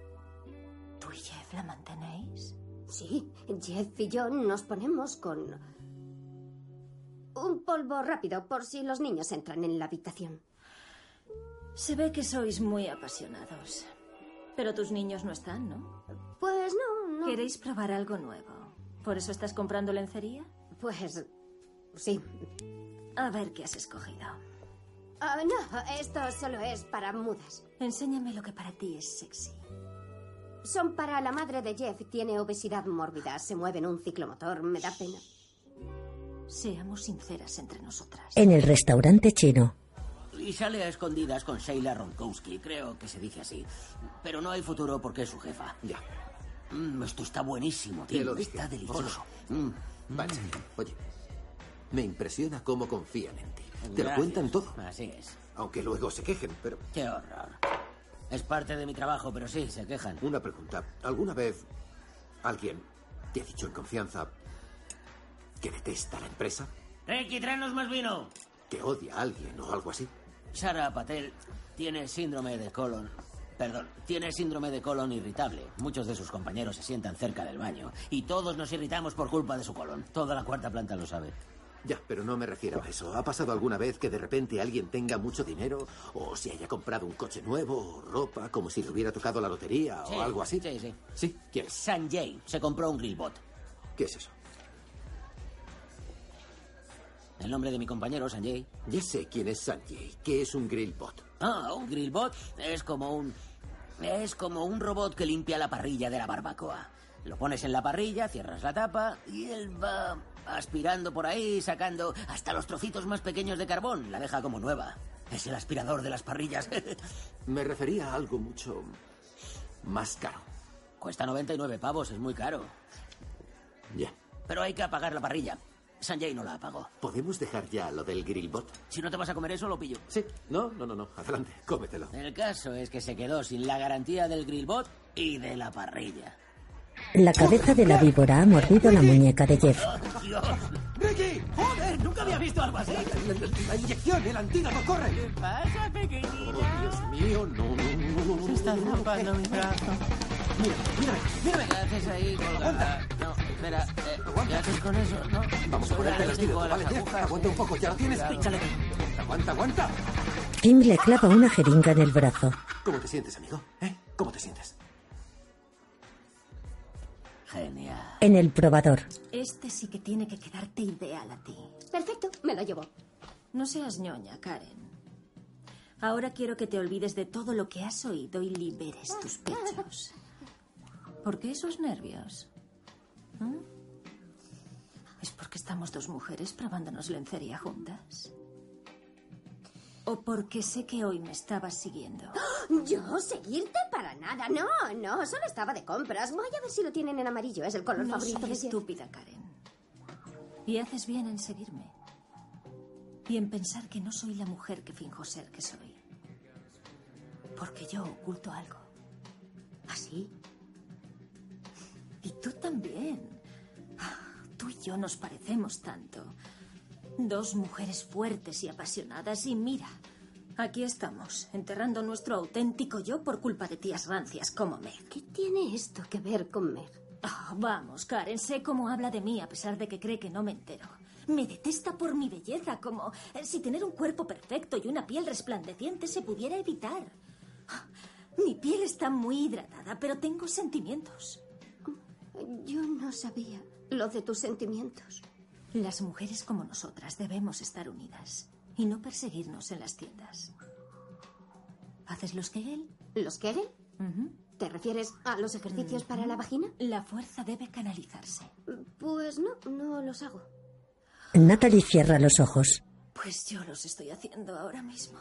S12: ¿Tú y Jeff la mantenéis?
S3: Sí, Jeff y yo nos ponemos con un polvo rápido por si los niños entran en la habitación.
S12: Se ve que sois muy apasionados. Pero tus niños no están, ¿no?
S3: Pues no, no.
S12: ¿Queréis probar algo nuevo? ¿Por eso estás comprando lencería?
S3: Pues sí.
S12: A ver qué has escogido.
S3: Ah, no, esto solo es para mudas.
S12: Enséñame lo que para ti es sexy.
S3: Son para la madre de Jeff. Tiene obesidad mórbida. Se mueve en un ciclomotor. Me da pena.
S12: Seamos sinceras entre nosotras.
S1: Eh. En el restaurante chino,
S2: Y sale a escondidas con Sheila Ronkowski, creo que se dice así. Pero no hay futuro porque es su jefa. Ya. esto está buenísimo,
S5: Te
S2: tío.
S5: lo dije.
S2: Está delicioso. Mm.
S5: Vale, oye, me impresiona cómo confían en ti. Te lo
S2: Gracias.
S5: cuentan todo.
S2: Así es.
S5: Aunque luego se quejen, pero...
S2: Qué horror. Es parte de mi trabajo, pero sí, se quejan.
S5: Una pregunta. ¿Alguna vez alguien te ha dicho en confianza que detesta la empresa?
S2: Ricky, tráenos más vino.
S5: ¿Que odia a alguien o algo así?
S2: Sara Patel tiene síndrome de colon. Perdón, tiene síndrome de colon irritable. Muchos de sus compañeros se sientan cerca del baño y todos nos irritamos por culpa de su colon. Toda la cuarta planta lo sabe.
S5: Ya, pero no me refiero a eso. ¿Ha pasado alguna vez que de repente alguien tenga mucho dinero o se haya comprado un coche nuevo o ropa como si le hubiera tocado la lotería
S2: Sí,
S5: o algo así?
S2: Sí, sí.
S5: ¿Sí? ¿Quién es?
S2: Sanjay se compró un grillbot.
S5: ¿Qué es eso?
S2: El nombre de mi compañero, Sanjay.
S5: Ya sé quién es Sanjay. ¿Qué es un grillbot?
S2: Ah, un grillbot es como un... Es como un robot que limpia la parrilla de la barbacoa. Lo pones en la parrilla, cierras la tapa y él va aspirando por ahí, sacando hasta los trocitos más pequeños de carbón. La deja como nueva. Es el aspirador de las parrillas.
S5: Me refería a algo mucho más caro.
S2: Cuesta 99 pavos, es muy caro.
S5: Ya.
S2: Pero hay que apagar la parrilla. Sanjay no la apagó.
S5: ¿Podemos dejar ya lo del grillbot?
S2: Si no te vas a comer eso, lo pillo.
S5: Sí. No, no, no, no. Adelante, cómetelo.
S2: El caso es que se quedó sin la garantía del grillbot y de la parrilla.
S1: La cabeza de la víbora ha mordido la muñeca de Jeff.
S2: ¡Dios! ¡Ricky! ¡Joder! ¡Nunca había visto algo así!
S5: La inyección, el antídoto, corre. ¿Qué
S2: pasa, pequeñita?
S5: Oh, Dios mío, no, no, no, no.
S2: Estás rompando mi brazo.
S5: Mira, mírame, mírame.
S2: ¿Qué haces ahí, colgada? No, espera. eh, ¿Qué haces con eso? No.
S5: Vamos a
S2: Soy
S5: ponerte el
S2: alérgico
S5: antídoto,
S2: a las
S5: ¿vale? Jeff?
S2: agujas.
S5: Aguanta un poco, ya lo tienes.
S2: Cuidado.
S5: Échale. Aguanta, aguanta.
S1: Tim le clava una jeringa en el brazo.
S5: ¿Cómo te sientes, amigo? ¿Eh? ¿Cómo te sientes?
S2: Genial.
S1: En el probador,
S12: Este sí que tiene que quedarte ideal a ti.
S3: Perfecto, me lo llevo.
S12: No seas ñoña, Karen. Ahora quiero que te olvides de todo lo que has oído y liberes tus pechos. ¿Por qué esos nervios? ¿Mm? ¿Es porque estamos dos mujeres probándonos lencería juntas? ¿O porque sé que hoy me estabas siguiendo?
S3: ¿Yo seguirte? Para nada. No, no, solo estaba de compras. Voy a ver si lo tienen en amarillo. Es el color
S12: No
S3: favorito
S12: soy
S3: de Jeff.
S12: estúpida, Karen. Y haces bien en seguirme. Y en pensar que no soy la mujer que finjo ser que soy. Porque yo oculto algo. ¿Así? Y tú también. Ah, Tú y yo nos parecemos tanto. Dos mujeres fuertes y apasionadas y mira, aquí estamos, enterrando nuestro auténtico yo por culpa de tías rancias como Meg.
S3: ¿Qué tiene esto que ver con Mer?
S12: Ah, vamos, Karen, sé cómo habla de mí a pesar de que cree que no me entero. Me detesta por mi belleza, como eh, si tener un cuerpo perfecto y una piel resplandeciente se pudiera evitar. Ah, Mi piel está muy hidratada, pero tengo sentimientos.
S3: Yo no sabía lo de tus sentimientos.
S12: Las mujeres como nosotras debemos estar unidas y no perseguirnos en las tiendas. ¿Haces los que él?
S3: ¿Los quiere? ¿Te refieres a los ejercicios para la vagina?
S12: La fuerza debe canalizarse.
S3: Pues no, no los hago.
S1: Natalie cierra los ojos.
S12: Pues yo los estoy haciendo ahora mismo.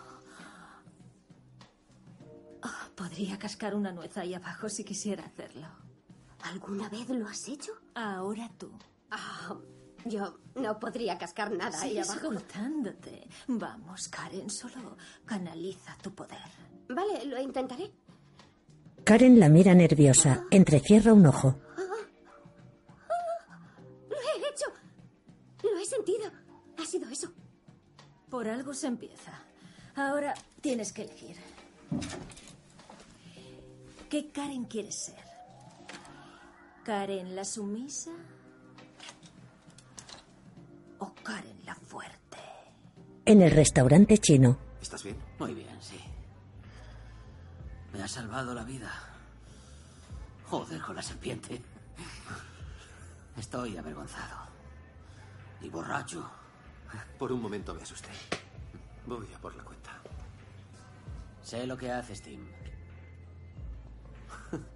S12: Ah, podría cascar una nuez ahí abajo si quisiera hacerlo.
S3: ¿Alguna vez lo has hecho?
S12: Ahora tú.
S3: Ah, yo no podría cascar nada ahí
S12: Sigues
S3: abajo.
S12: ocultándote. Vamos, Karen, solo canaliza tu poder.
S3: Vale, lo intentaré.
S1: Karen la mira nerviosa, entrecierra un ojo.
S3: Lo he hecho. Lo he sentido. Ha sido eso.
S12: Por algo se empieza. Ahora tienes que elegir. ¿Qué Karen quieres ser? ¿Karen la sumisa? ¿O Karen la fuerte?
S1: En el restaurante chino,
S5: ¿Estás bien?
S2: Muy bien, sí. Me ha salvado la vida. Joder con la serpiente. Estoy avergonzado. Y borracho.
S5: Por un momento me asusté. Voy a por la cuenta.
S2: Sé lo que haces, Tim.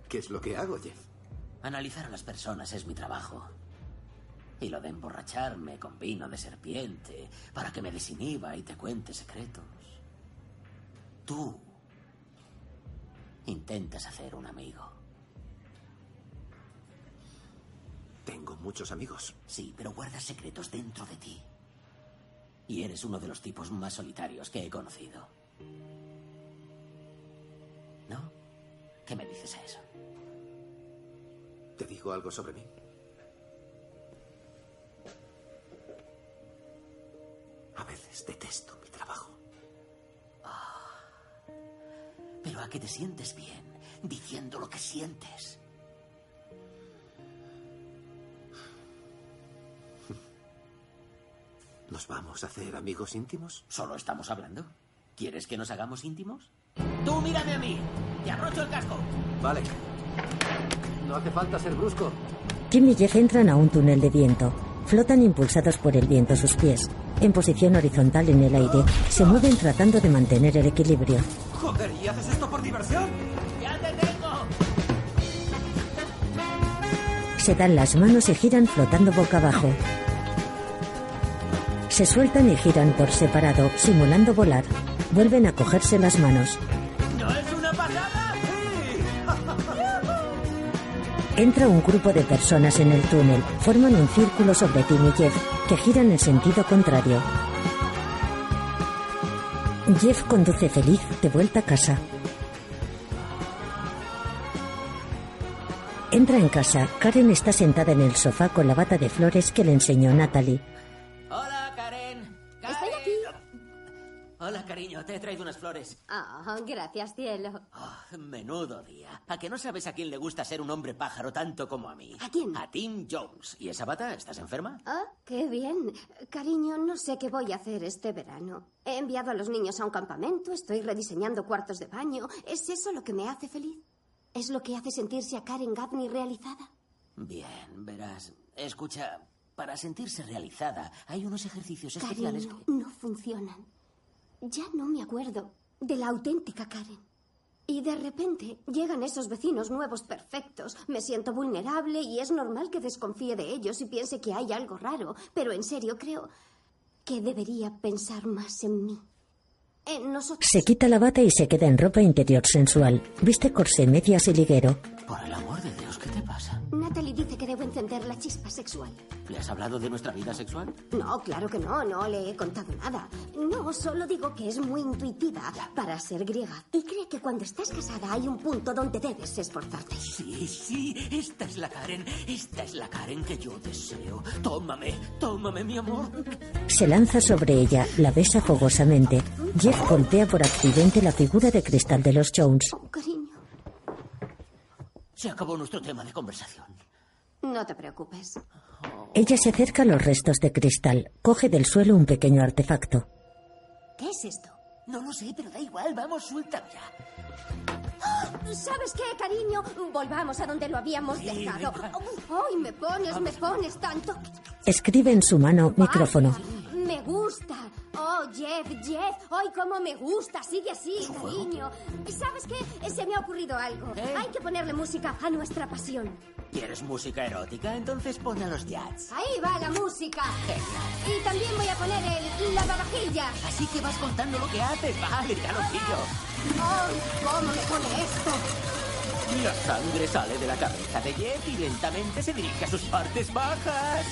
S5: ¿Qué es lo que hago, Jeff?
S2: Analizar a las personas es mi trabajo. Y lo de emborracharme con vino de serpiente para que me desinhiba y te cuente secretos. tú intentas hacer un amigo.
S5: Tengo muchos amigos.
S2: Sí, pero guardas secretos dentro de ti. Y eres uno de los tipos más solitarios que he conocido. ¿No? ¿Qué me dices a eso?
S5: ¿Te digo algo sobre mí? A veces detesto mi trabajo.
S2: Pero a que te sientes bien diciendo lo que sientes.
S5: ¿Nos vamos a hacer amigos íntimos?
S2: Solo estamos hablando. ¿Quieres que nos hagamos íntimos? Tú mírame a mí. Te abrocho el casco.
S5: Vale. No hace falta ser brusco.
S1: Kim y Jeff entran a un túnel de viento. Flotan impulsados por el viento sus pies. En posición horizontal en el aire, se mueven tratando de mantener el equilibrio.
S16: Joder, ¿y haces esto por diversión?
S13: ¡Ya te tengo!
S1: Se dan las manos y giran flotando boca abajo. Se sueltan y giran por separado, simulando volar. Vuelven a cogerse las manos.
S16: ¿No es una pasada?
S1: Entra un grupo de personas en el túnel. Forman un círculo sobre Tim y Jeff, que giran en sentido contrario. Jeff conduce feliz de vuelta a casa. Entra en casa. Karen está sentada en el sofá con la bata de flores que le enseñó Natalie.
S2: Hola, Karen.
S3: Estoy aquí.
S2: Hola, cariño. Te he traído unas flores. Oh,
S3: Ah, gracias, cielo.
S2: Menudo día. ¿A que no sabes a quién le gusta ser un hombre pájaro tanto como a mí?
S3: ¿A quién?
S2: A Tim Jones. ¿Y esa bata? ¿Estás enferma?
S3: Ah, qué bien. Cariño, no sé qué voy a hacer este verano. He enviado a los niños a un campamento, estoy rediseñando cuartos de baño. ¿Es eso lo que me hace feliz? ¿Es lo que hace sentirse a Karen Gavney realizada?
S2: Bien, verás. Escucha, para sentirse realizada hay unos ejercicios especiales
S3: Cariño,
S2: que...
S3: no funcionan. Ya no me acuerdo de la auténtica Karen. Y de repente llegan esos vecinos nuevos perfectos. Me siento vulnerable y es normal que desconfíe de ellos y piense que hay algo raro. Pero en serio creo que debería pensar más en mí. En nosotros.
S1: Se quita la bata y se queda en ropa interior sensual. Viste corsé, medias y liguero.
S2: Por el amor de Dios, ¿qué te pasa?
S3: Natalie dice que debo encender la chispa sexual.
S2: ¿Le has hablado de nuestra vida sexual?
S3: No, claro que no, no le he contado nada. No, solo digo que es muy intuitiva para ser griega. Y cree que cuando estás casada hay un punto donde debes esforzarte.
S2: Sí, sí, esta es la Karen, esta es la Karen que yo deseo. Tómame, tómame, mi amor.
S1: Se lanza sobre ella, la besa fogosamente. Jeff golpea por accidente la figura de cristal de los Jones.
S2: Se acabó nuestro tema de conversación.
S3: No te preocupes.
S1: Ella se acerca a los restos de cristal, coge del suelo un pequeño artefacto.
S3: ¿Qué es esto?
S2: No lo sé, pero da igual, vamos, suéltame ya.
S3: ¡Ah! ¿Sabes qué, cariño? Volvamos a donde lo habíamos dejado. Hoy me pones, me pones tanto.
S1: Escribe en su mano micrófono.
S3: Me gusta. Oh, Jeff, Jeff. Hoy cómo me gusta. Sigue así, cariño. ¿Sabes qué? Eh, Se me ha ocurrido algo. Hay que ponerle música a nuestra pasión.
S2: ¿Quieres música erótica? Entonces pon a los Jats.
S3: Ahí va la música. Y también voy a poner el lavavajillas.
S2: Así que vas contando lo que haces. Vale, calorcillo.
S3: ¡Ay, cómo me pone esto!
S2: La sangre sale de la cabeza de Jeff y lentamente se dirige a sus partes bajas.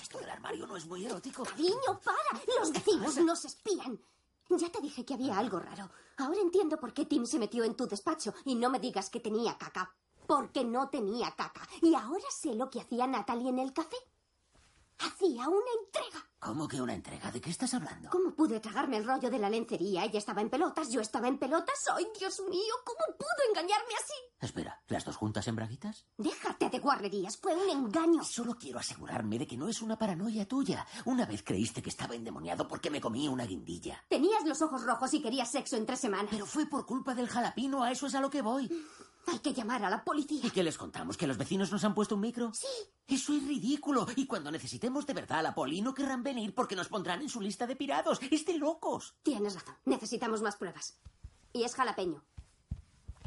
S2: Esto del armario no es muy erótico.
S3: Cariño, para. Los vecinos nos espían. Ya te dije que había algo raro. Ahora entiendo por qué Tim se metió en tu despacho y no me digas que tenía caca. Porque no tenía caca. Y ahora sé lo que hacía Natalie en el café. Hacía una entrega.
S2: ¿Cómo que una entrega? ¿De qué estás hablando?
S3: ¿Cómo pude tragarme el rollo de la lencería? Ella estaba en pelotas, yo estaba en pelotas. ¡Ay, Dios mío! ¿Cómo pudo engañarme así?
S2: Espera, ¿las dos juntas en braguitas?
S3: Déjate de guarrerías, fue un engaño.
S2: Solo quiero asegurarme de que no es una paranoia tuya. Una vez creíste que estaba endemoniado porque me comía una guindilla.
S3: Tenías los ojos rojos y querías sexo en tres semanas.
S2: Pero fue por culpa del jalapino, a eso es a lo que voy.
S3: Hay que llamar a la policía.
S2: ¿Y qué les contamos? ¿Que los vecinos nos han puesto un micro?
S3: Sí.
S2: Eso es ridículo. Y cuando necesitemos de verdad a la poli, no querrán venir porque nos pondrán en su lista de pirados. ¡Es de locos!
S3: Tienes razón, necesitamos más pruebas. Y es jalapeño.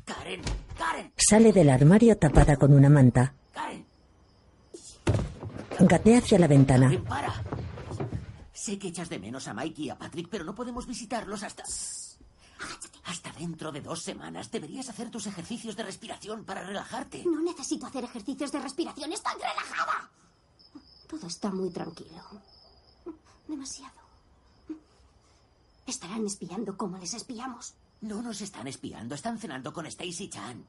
S2: ¡Karen! ¡Karen!
S1: Sale del armario tapada con una manta. Gatea hacia la ventana.
S2: Karen, para! Sé que echas de menos a Mike y a Patrick, pero no podemos visitarlos hasta... Hasta dentro de dos semanas deberías hacer tus ejercicios de respiración para relajarte.
S3: No necesito hacer ejercicios de respiración, estoy relajada. Todo está muy tranquilo. Demasiado. Estarán espiando como les espiamos.
S2: No nos están espiando, están cenando con Stacy Chan.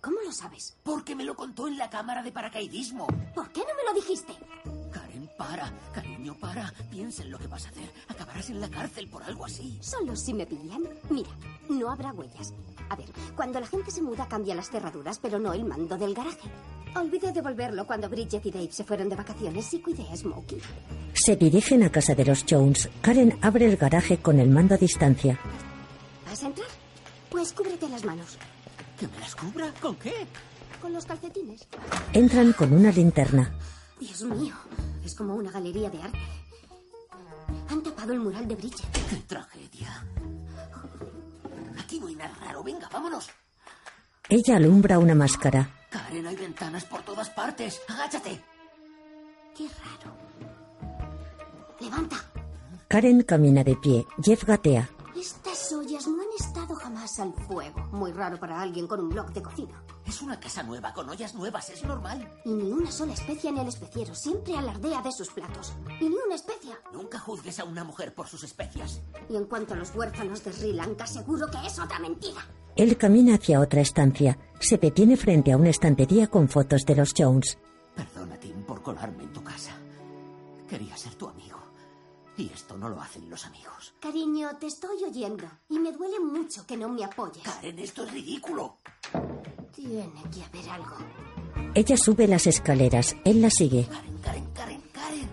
S3: ¿Cómo lo sabes?
S2: Porque me lo contó en la cámara de paracaidismo.
S3: ¿Por qué no me lo dijiste?
S2: Karen, para. Cariño, para. Piensa en lo que vas a hacer. Acabarás en la cárcel por algo así.
S3: Solo si me pillan. Mira, no habrá huellas. A ver, cuando la gente se muda cambia las cerraduras, pero no el mando del garaje. Olvidé devolverlo cuando Bridget y Dave se fueron de vacaciones y cuidé a Smokey.
S1: Se dirigen a casa de los Jones. Karen abre el garaje con el mando a distancia.
S3: ¿Vas a entrar? Pues cúbrete las manos.
S2: ¿Que me las cubra? ¿Con qué?
S3: Con los calcetines.
S1: Entran con una linterna.
S3: Dios mío, es como una galería de arte. Han tapado el mural de Bridget.
S2: ¡Qué tragedia! Aquí no hay nada raro. Venga, vámonos.
S1: Ella alumbra una máscara.
S2: Karen, hay ventanas por todas partes. Agáchate.
S3: Qué raro. Levanta.
S1: Karen camina de pie. Jeff gatea.
S3: Estas ollas no han estado jamás al fuego. Muy raro para alguien con un blog de cocina.
S2: Es una casa nueva, con ollas nuevas, es normal.
S3: Y ni una sola especia en el especiero. Siempre alardea de sus platos. Y ni una especia.
S2: Nunca juzgues a una mujer por sus especias.
S3: Y en cuanto a los huérfanos de Sri Lanka, seguro que es otra mentira.
S1: Él camina hacia otra estancia. Se detiene frente a una estantería con fotos de los Jones.
S2: Perdona, Tim, por colarme en tu casa. Quería ser tu amigo. Y esto no lo hacen los amigos.
S3: Cariño, te estoy oyendo. Y me duele mucho que no me apoyes.
S2: Karen, esto es ridículo.
S3: Tiene que haber algo.
S1: Ella sube las escaleras. Él la sigue.
S2: Karen, Karen, Karen, Karen.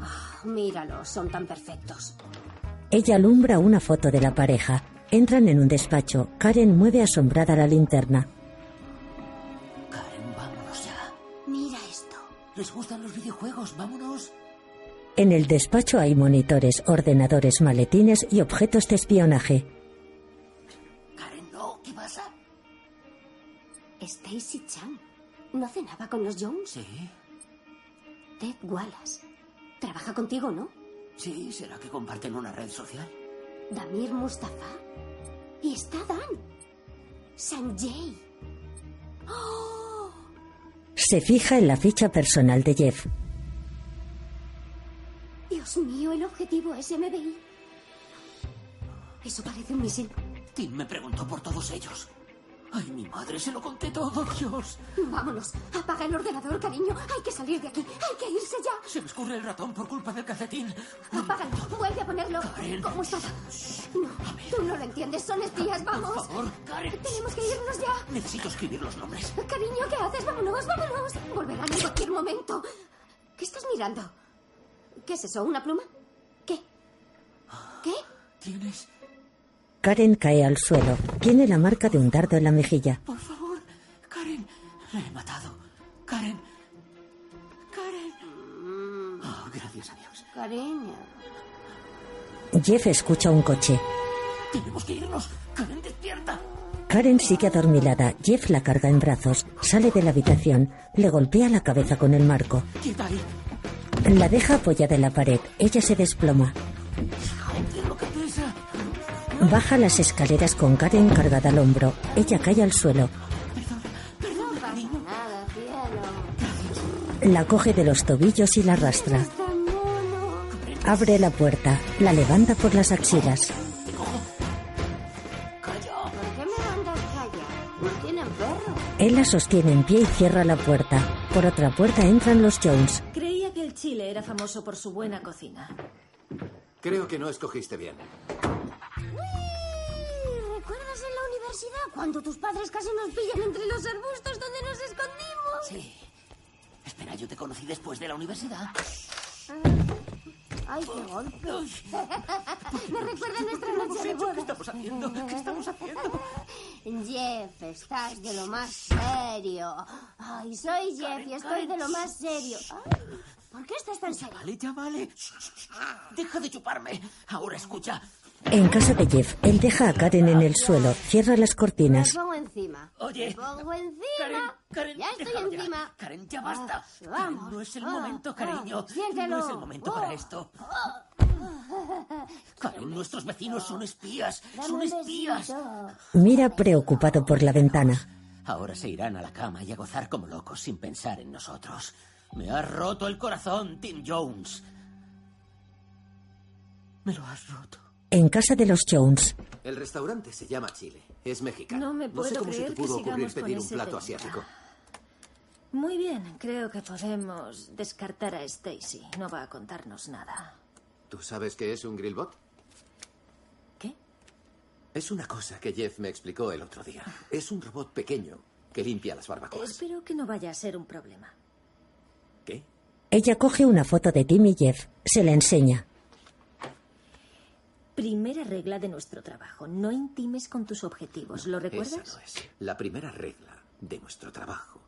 S3: Ah, míralos, son tan perfectos.
S1: Ella alumbra una foto de la pareja. Entran en un despacho. Karen mueve asombrada la linterna.
S2: Karen, vámonos ya.
S3: Mira esto.
S2: ¿Les gustan los videojuegos? Vámonos.
S1: En el despacho hay monitores, ordenadores, maletines y objetos de espionaje.
S2: Karen, no, ¿qué pasa?
S3: Stacy Chan. ¿No cenaba con los Jones?
S2: Sí.
S3: Ted Wallace. Trabaja contigo, ¿no?
S2: Sí, ¿será que comparten una red social?
S3: Damir Mustafa. Y está Dan. Sanjay. ¡Oh!
S1: Se fija en la ficha personal de Jeff.
S3: Dios mío, el objetivo es MBI. Eso parece un misil.
S2: Tim me preguntó por todos ellos. Ay, mi madre, se lo conté todo, Dios.
S3: Vámonos, apaga el ordenador, cariño. Hay que salir de aquí, hay que irse ya.
S2: Se me escurre el ratón por culpa del calcetín.
S3: Apágalo, vuelve a ponerlo.
S2: Karen.
S3: ¿Cómo estás? No, tú no lo entiendes, son espías, vamos.
S2: Por favor, Karen.
S3: Tenemos que irnos ya.
S2: Necesito escribir los nombres.
S3: Cariño, ¿qué haces? Vámonos, vámonos. Volverán en cualquier momento. ¿Qué estás mirando? ¿Qué es eso? ¿Una pluma? ¿Qué? ¿Qué?
S2: ¿Tienes?
S1: Karen cae al suelo. Tiene la marca de un dardo en la mejilla.
S2: Por favor, Karen. La he matado. Karen. Karen. Oh, gracias a Dios.
S3: Cariño.
S1: Jeff escucha un coche.
S2: Tenemos que irnos. Karen, despierta.
S1: Karen sigue adormilada. Jeff la carga en brazos. Sale de la habitación. Le golpea la cabeza con el marco.
S2: Quieta ahí.
S1: La deja apoyada en la pared. Ella se desploma.
S2: Joder, lo que pesa.
S1: Baja las escaleras con Karen cargada al hombro. Ella cae al suelo.
S3: No pasa nada, cielo.
S1: La coge de los tobillos y la arrastra. Abre la puerta. La levanta por las axilas.
S2: Calla.
S3: ¿Por qué me mandas callar? ¿No tienen perro?
S1: Él la sostiene en pie y cierra la puerta. Por otra puerta entran los Jones.
S12: Creía que el Chile era famoso por su buena cocina.
S5: Creo que no escogiste bien.
S3: Uy, ¿Recuerdas en la universidad cuando tus padres casi nos pillan entre los arbustos donde nos escondimos?
S2: Sí. Espera, yo te conocí después de la universidad.
S3: Ay, qué golpe.
S2: Ay,
S3: Me recuerda a nuestra noche de
S2: ¿Qué estamos haciendo? ¿Qué estamos haciendo?
S3: Jeff, estás de lo más serio. Ay, soy Jeff y estoy de lo más serio. Ay, ¿Por qué estás tan serio?
S2: Vale, ya vale. Shh, shh, shh. Deja de chuparme. Ahora escucha.
S1: En casa de Jeff, él deja a Karen en el suelo, cierra las
S3: Me
S1: cortinas.
S3: pongo encima.
S2: Oye.
S3: Me pongo
S2: Karen,
S3: encima.
S2: Karen,
S3: ya estoy
S2: déjalo
S3: encima.
S2: Karen, ya basta.
S3: Ah, vamos.
S2: Karen, no es el
S3: Ah,
S2: momento,
S3: ah,
S2: cariño.
S3: siéntelo.
S2: No es el momento
S3: Oh.
S2: para esto.
S3: Karen, nuestros vecinos son espías. Son espías.
S1: Mira preocupado por la ventana.
S2: Ahora se irán a la cama y a gozar como locos sin pensar en nosotros. Me has roto el corazón, Tim Jones.
S17: Me lo has roto.
S1: En casa de los Jones,
S18: El restaurante se llama Chile. Es mexicano.
S12: No me
S18: sé
S12: puedo
S18: cómo se
S12: creer
S18: te
S12: que
S18: pudo ocurrir
S12: sigamos con
S18: pedir un
S12: ese
S18: plato
S12: tema.
S18: asiático.
S12: Muy bien, creo que podemos descartar a Stacy. No va a contarnos nada.
S18: ¿Tú sabes qué es un grillbot?
S12: ¿Qué?
S18: Es una cosa que Jeff me explicó el otro día. Es un robot pequeño que limpia las barbacoas.
S12: Espero que no vaya a ser un problema.
S18: ¿Qué?
S1: ella coge una foto de Tim y Jeff, se la enseña.
S12: Primera regla de nuestro trabajo, no intimes con tus objetivos. ¿Lo recuerdas?
S18: Esa no es. La primera regla de nuestro trabajo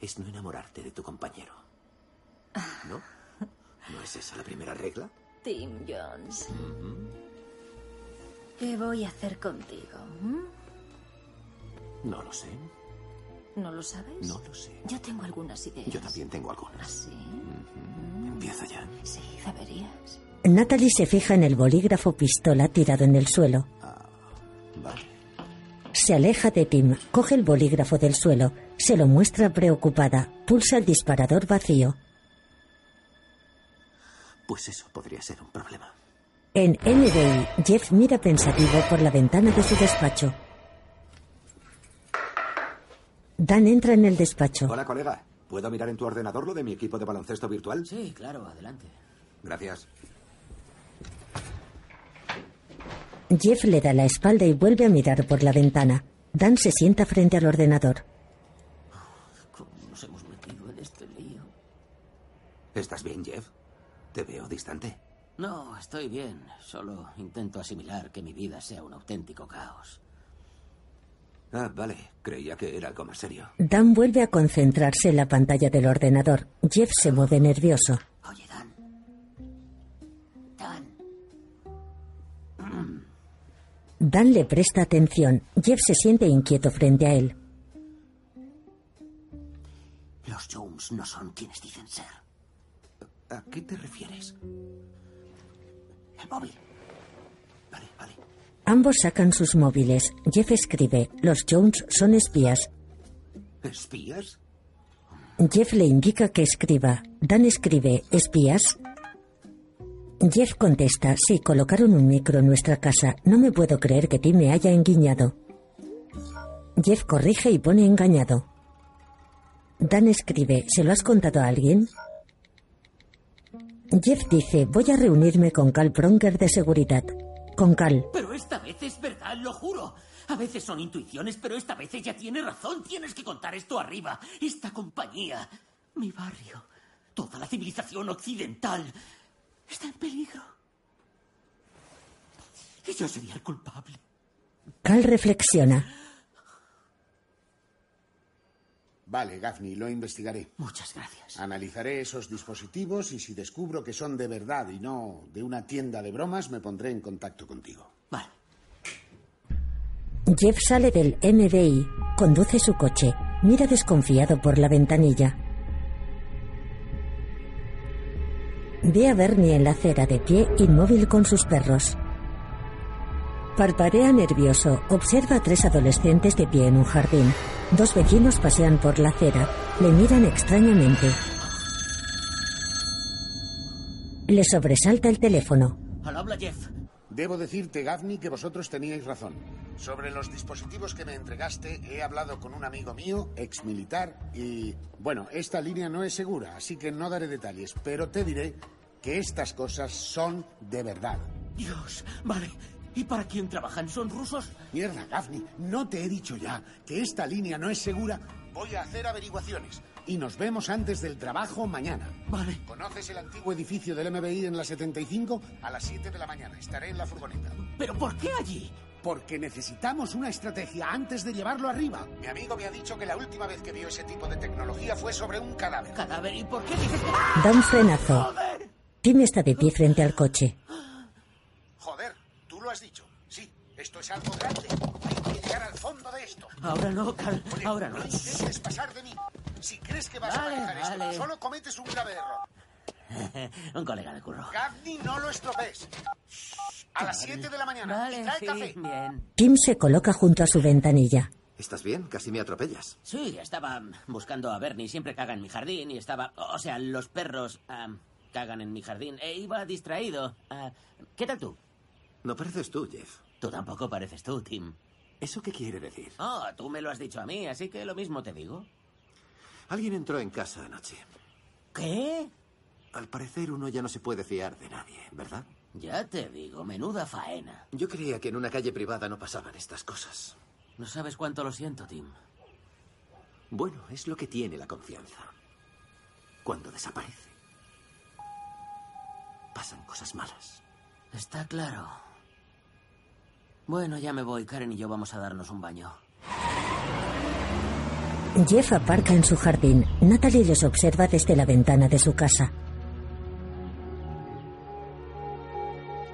S18: es no enamorarte de tu compañero. ¿No? ¿No es esa la primera regla?
S12: Tim Jones. ¿Qué voy a hacer contigo? ¿Mm?
S18: No lo sé.
S12: ¿No lo sabes?
S18: No lo sé.
S12: Yo tengo algunas ideas.
S18: Yo también tengo algunas.
S12: ¿Sí?
S18: Empieza ya.
S12: Sí, deberías.
S1: Natalie se fija en el bolígrafo pistola tirado en el suelo. Se aleja de Tim, coge el bolígrafo del suelo, se lo muestra preocupada, pulsa el disparador vacío.
S18: Pues eso podría ser un problema.
S1: En NBI, Jeff mira pensativo por la ventana de su despacho. Dan entra en el despacho.
S19: Hola, colega. ¿Puedo mirar en tu ordenador lo de mi equipo de baloncesto virtual?
S3: Sí, claro, adelante.
S19: Gracias.
S1: Jeff le da la espalda y vuelve a mirar por la ventana. Dan se sienta frente al ordenador.
S3: Nos hemos metido en este lío.
S19: ¿Estás bien, Jeff? Te veo distante.
S2: No, estoy bien. Solo intento asimilar que mi vida sea un auténtico caos.
S19: Ah, vale. Creía que era algo más serio.
S1: Dan vuelve a concentrarse en la pantalla del ordenador. Jeff se mueve nervioso. Dan le presta atención. Jeff se siente inquieto frente a él.
S2: Los Jones no son quienes dicen ser.
S19: ¿A qué te refieres?
S2: El móvil.
S1: Ambos sacan sus móviles. Jeff escribe, los Jones son espías.
S18: ¿Espías?
S1: Jeff le indica que escriba. Dan escribe, ¿espías? Jeff contesta, sí, colocaron un micro en nuestra casa. No me puedo creer que Tim me haya engañado. Jeff corrige y pone engañado. Dan escribe, ¿se lo has contado a alguien? Jeff dice, voy a reunirme con Cal Bronker de seguridad. Con Cal.
S2: Pero esta vez es verdad, lo juro. A veces son intuiciones, pero esta vez ella tiene razón. Tienes que contar esto arriba. Esta compañía, mi barrio, toda la civilización occidental está en peligro. Y yo sería el culpable.
S1: Cal reflexiona.
S5: Vale, Gaffney, lo investigaré.
S2: Muchas gracias.
S5: Analizaré esos dispositivos y si descubro que son de verdad y no de una tienda de bromas, me pondré en contacto contigo.
S1: Jeff sale del MBI, conduce su coche, mira desconfiado por la ventanilla. Ve a Bernie en la acera de pie, inmóvil con sus perros. Parpadea nervioso, observa a tres adolescentes de pie en un jardín. Dos vecinos pasean por la acera, le miran extrañamente. Le sobresalta el teléfono.
S2: Al habla Jeff.
S5: Debo decirte, Gaffney, que vosotros teníais razón. Sobre los dispositivos que me entregaste, he hablado con un amigo mío, ex militar, y bueno, esta línea no es segura, así que no daré detalles, pero te diré que estas cosas son de verdad.
S2: Dios, vale. ¿Y para quién trabajan? ¿Son rusos?
S5: Mierda, Gaffney, no te he dicho ya que esta línea no es segura. Voy a hacer averiguaciones. Y nos vemos antes del trabajo mañana.
S2: Vale.
S5: ¿Conoces el antiguo edificio del MBI en la 75? A las 7 de la mañana estaré en la furgoneta.
S2: ¿Pero por qué allí?
S5: Porque necesitamos una estrategia antes de llevarlo arriba. Mi amigo me ha dicho que la última vez que vio ese tipo de tecnología fue sobre un cadáver.
S2: ¿Cadáver? ¿Y por qué dices que...
S1: Da un frenazo. Tim está de pie frente al coche.
S5: Joder, tú lo has dicho. Sí, esto es algo grande. Hay que llegar al fondo de esto.
S2: Ahora no, Cal. Ahora no.
S5: No intentes pasar de mí. Si crees que vas
S2: Vale,
S5: a manejar
S2: vale.
S5: esto, solo cometes un grave error.
S2: Un colega de curro.
S20: Gavni, no lo estropees. A las 7 de la mañana.
S2: Vale,
S20: y trae
S2: sí,
S20: café.
S2: bien.
S1: Kim se coloca junto a su ventanilla.
S5: ¿Estás bien? Casi me atropellas.
S2: Sí, estaba mm, buscando a Bernie. Siempre caga en mi jardín y estaba... O sea, los perros ah, cagan en mi jardín. E iba distraído. Ah, ¿Qué tal tú?
S5: No pareces tú, Jeff.
S2: Tú tampoco pareces tú, Tim.
S5: ¿Eso qué quiere decir?
S2: Oh, tú me lo has dicho a mí, así que lo mismo te digo.
S5: Alguien entró en casa anoche.
S2: ¿Qué?
S5: Al parecer uno ya no se puede fiar de nadie, ¿verdad?
S2: Ya te digo, menuda faena.
S5: Yo creía que en una calle privada no pasaban estas cosas.
S2: No sabes cuánto lo siento, Tim.
S5: Bueno, es lo que tiene la confianza. Cuando desaparece, pasan cosas malas.
S2: Está claro. Bueno, ya me voy. Karen y yo vamos a darnos un baño.
S1: Jeff aparca en su jardín. Natalie los observa desde la ventana de su casa.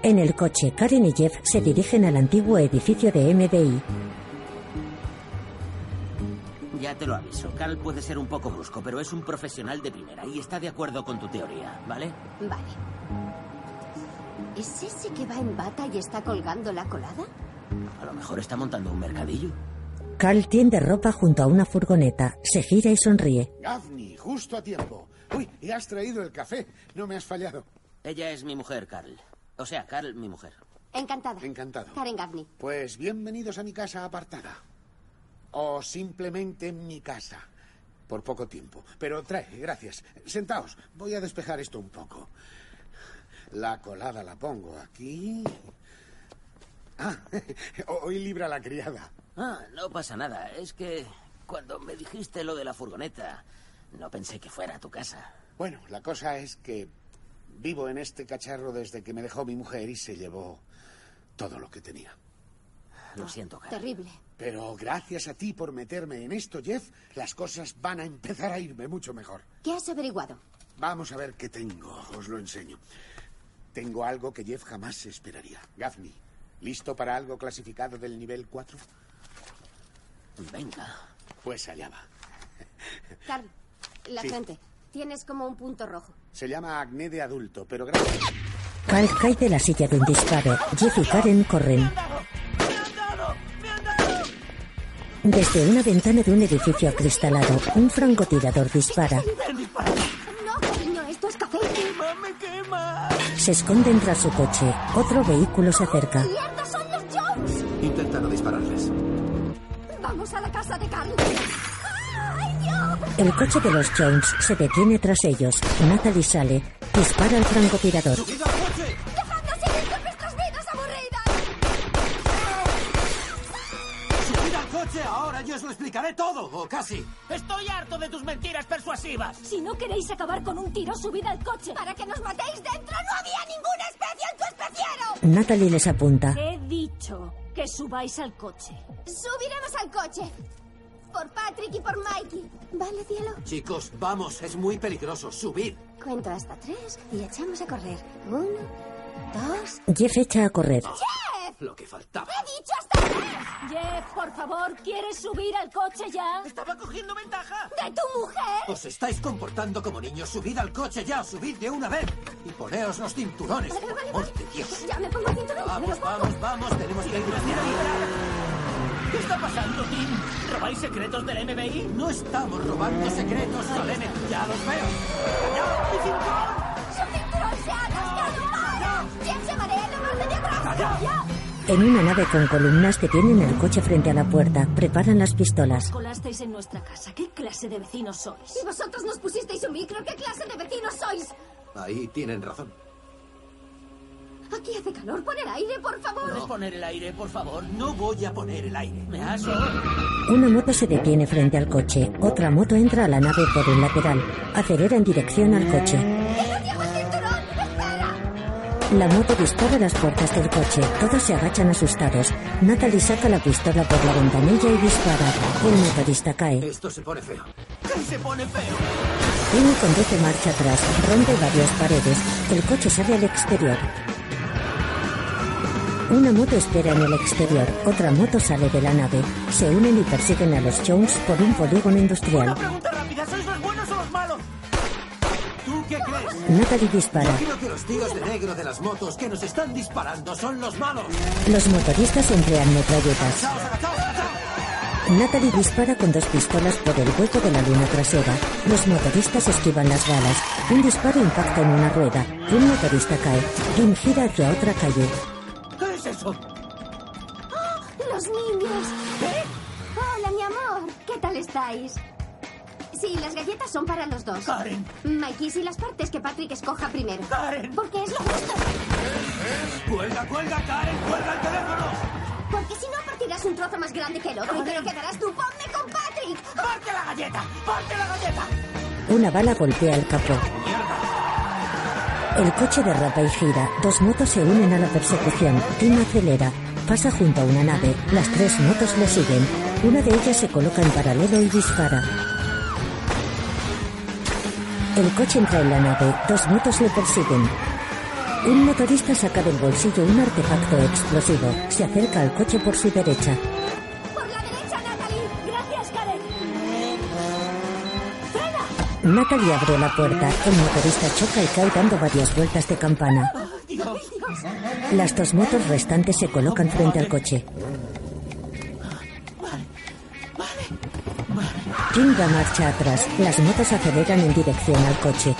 S1: En el coche, Karen y Jeff se dirigen al antiguo edificio de MDI.
S2: Ya te lo aviso. Carl puede ser un poco brusco, pero es un profesional de primera y está de acuerdo con tu teoría, ¿vale?
S3: Vale. ¿Es ese que va en bata y está colgando la colada?
S2: A lo mejor está montando un mercadillo.
S1: Carl tiende ropa junto a una furgoneta, se gira y sonríe.
S20: Gavni, justo a tiempo. Uy, y has traído el café. No me has fallado.
S2: Ella es mi mujer, Carl. O sea, Carl, mi mujer.
S3: Encantada.
S20: Encantado.
S3: Karen Gavni.
S20: Pues bienvenidos a mi casa apartada. O simplemente mi casa. Por poco tiempo. Pero trae, gracias. Sentaos, voy a despejar esto un poco. La colada la pongo aquí. Ah, hoy libra la criada.
S2: Ah, no pasa nada. Es que cuando me dijiste lo de la furgoneta, no pensé que fuera a tu casa.
S20: Bueno, la cosa es que vivo en este cacharro desde que me dejó mi mujer y se llevó todo lo que tenía.
S2: Lo siento, Carl.
S3: Terrible.
S20: Pero gracias a ti por meterme en esto, Jeff, las cosas van a empezar a irme mucho mejor.
S3: ¿Qué has averiguado?
S20: Vamos a ver qué tengo. Os lo enseño. Tengo algo que Jeff jamás se esperaría. Gaffney, ¿listo para algo clasificado del nivel 4?
S2: Venga.
S20: Pues allá va.
S3: Carl, la
S20: Sí.
S3: frente. Tienes como un punto rojo.
S20: Se llama acné de adulto, pero gracias.
S1: Carl cae de la silla de un disparo. Jeff y Karen corren. Desde una ventana de un edificio acristalado, un francotirador dispara.
S3: No, cariño, esto es café.
S16: ¡Me quema!
S1: Se esconden tras su coche. Otro vehículo se acerca.
S3: ¡Mierda, son los Jones!
S5: Intenta no dispararles.
S3: Vamos a la casa de Carl. ¡Ay, Dios!
S1: El coche de los Jones se detiene tras ellos. Natalie sale, dispara al francotirador.
S3: ¡Dejadnos seguir con nuestras vidas aburridas!
S16: ¡Subid al coche ahora! ¡Yo os lo explicaré todo! O casi.
S13: Estoy harto de tus mentiras persuasivas.
S7: Si no queréis acabar con un tiro, subid al coche.
S3: ¡Para que nos matéis dentro no había ninguna especie en tu especiero!
S1: Natalie les apunta.
S7: He dicho que subáis al coche.
S3: Subiremos al coche. Por Patrick y por Mikey. ¿Vale, cielo?
S5: Chicos, vamos, es muy peligroso. Subid.
S3: Cuento hasta tres y echamos a correr. Uno, dos... ¡Eh!
S1: Jeff echa a correr.
S5: Lo que faltaba.
S3: ¡He dicho hasta tres!
S7: Jeff, por favor, ¿quieres subir al coche ya?
S16: ¡Estaba cogiendo ventaja!
S3: ¡De tu mujer!
S5: Os estáis comportando como niños. Subid al coche ya, subid de una vez. Y poneos los cinturones,
S3: Vale,
S5: por
S3: vale,
S5: amor
S3: vale.
S5: de Dios.
S3: Ya me pongo el cinturón. me
S5: Vamos,
S3: lo pongo.
S5: vamos, vamos, tenemos que ir
S13: ¿Qué está pasando, Tim? ¿Robáis secretos del MBI?
S5: No estamos robando secretos, Solene. Ya los veo. ¡Ya, mi cinturón!
S3: ¡Su cinturón se ha atascado! ¡Para! ¡Jeff se marea en la parte de atrás! ¡Ya!
S1: En una nave con columnas detienen el coche frente a la puerta. Preparan las pistolas.
S7: Colasteis en nuestra casa. ¿Qué clase de vecinos sois?
S3: Si vosotros nos pusisteis un micro, ¿qué clase de vecinos sois?
S5: Ahí tienen razón.
S3: Aquí hace calor, pon el aire, por favor.
S13: ¿Puedes poner el aire, por favor?
S5: No voy a poner el aire.
S13: Me has...
S1: Una moto se detiene frente al coche. Otra moto entra a la nave por un lateral. Acelera en dirección al coche.
S3: ¡Que no llevo el cinturón! ¡Espera!
S1: La moto dispara las puertas del coche. Todos se agachan asustados. Natalie saca la pistola por la ventanilla y dispara. El motorista cae.
S5: Esto se pone feo.
S16: ¡Se pone feo!
S1: Timmy conduce marcha atrás. Rompe varias paredes. El coche sale al exterior. Una moto espera en el exterior. Otra moto sale de la nave. Se unen y persiguen a los Jones por un polígono industrial.
S16: Una pregunta rápida. ¿Sois los buenos o los malos? ¿Tú qué crees?
S1: Natalie dispara.
S5: Yo creo que los tíos de negro de las motos que nos están disparando son los malos.
S1: Los motoristas emplean metralletas. Natalie dispara con dos pistolas por el hueco de la luna trasera. Los motoristas esquivan las balas. Un disparo impacta en una rueda. Un motorista cae. Jim gira hacia otra calle.
S16: ¿Qué es eso?
S3: ¡Ah! ¡Los niños! ¿Eh? Hola, mi amor. ¿Qué tal estáis? Sí, las galletas son para los dos.
S7: Ah.
S16: Karen.
S3: Mikey, si las partes que Patrick escoja primero.
S16: Karen.
S3: Porque es lo justo.
S16: ¡Cuelga, cuelga, Karen! ¡Cuelga el teléfono!
S3: Porque si no partirás un trozo más grande que el
S7: Ah.
S3: otro y te lo quedarás tú. ¡Ponme con Patrick!
S16: ¡Parte la galleta! ¡Parte la galleta!
S1: Una bala golpea el capó. El coche derrapa y gira. Dos motos se unen a la persecución. Tim acelera. Pasa junto a una nave. Las tres motos le siguen. Una de ellas se coloca en paralelo y dispara. El coche entra en la nave. Dos motos le persiguen. Un motorista saca del bolsillo un artefacto explosivo. Se acerca al coche por su derecha.
S7: ¡Por la derecha, Natalie! ¡Gracias, Karen! ¡Frena!
S1: Natalie abre la puerta. El motorista choca y cae dando varias vueltas de campana.
S16: Dios.
S1: Las dos motos restantes se colocan frente al coche. Jim va marcha atrás. Las motos aceleran en dirección al coche.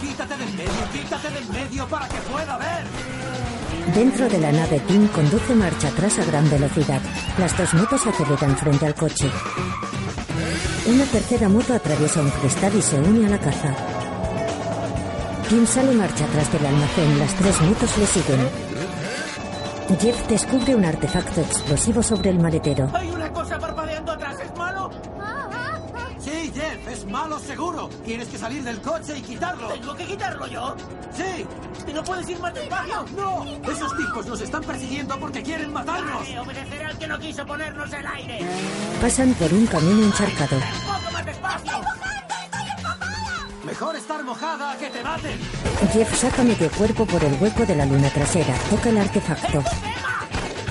S16: ¡Quítate del medio! ¡Quítate del medio para que pueda ver!
S1: Dentro de la nave, Tim conduce marcha atrás a gran velocidad. Las dos motos aceleran frente al coche. Una tercera moto atraviesa un cristal y se une a la caza. Tim sale marcha atrás del almacén. Las tres motos le siguen. Jeff descubre un artefacto explosivo sobre el maletero.
S16: ¡Hay una cosa parpadeando atrás! ¿Es malo? Sí, Jeff, es malo seguro. Tienes que salir del coche y quitarlo. ¿Tengo que quitarlo yo? Sí. ¿Y no puedes ir más despacio? ¡No! Esos tipos nos están persiguiendo porque quieren matarnos. obedecer al que no quiso ponernos el aire.
S1: Pasan por un camino encharcado.
S16: ¡Poco más despacio! ¡Estoy mojando! ¡Estoy empapado! Mejor estar mojada a que te maten.
S1: Jeff saca medio cuerpo por el hueco de la luna trasera. Toca el artefacto.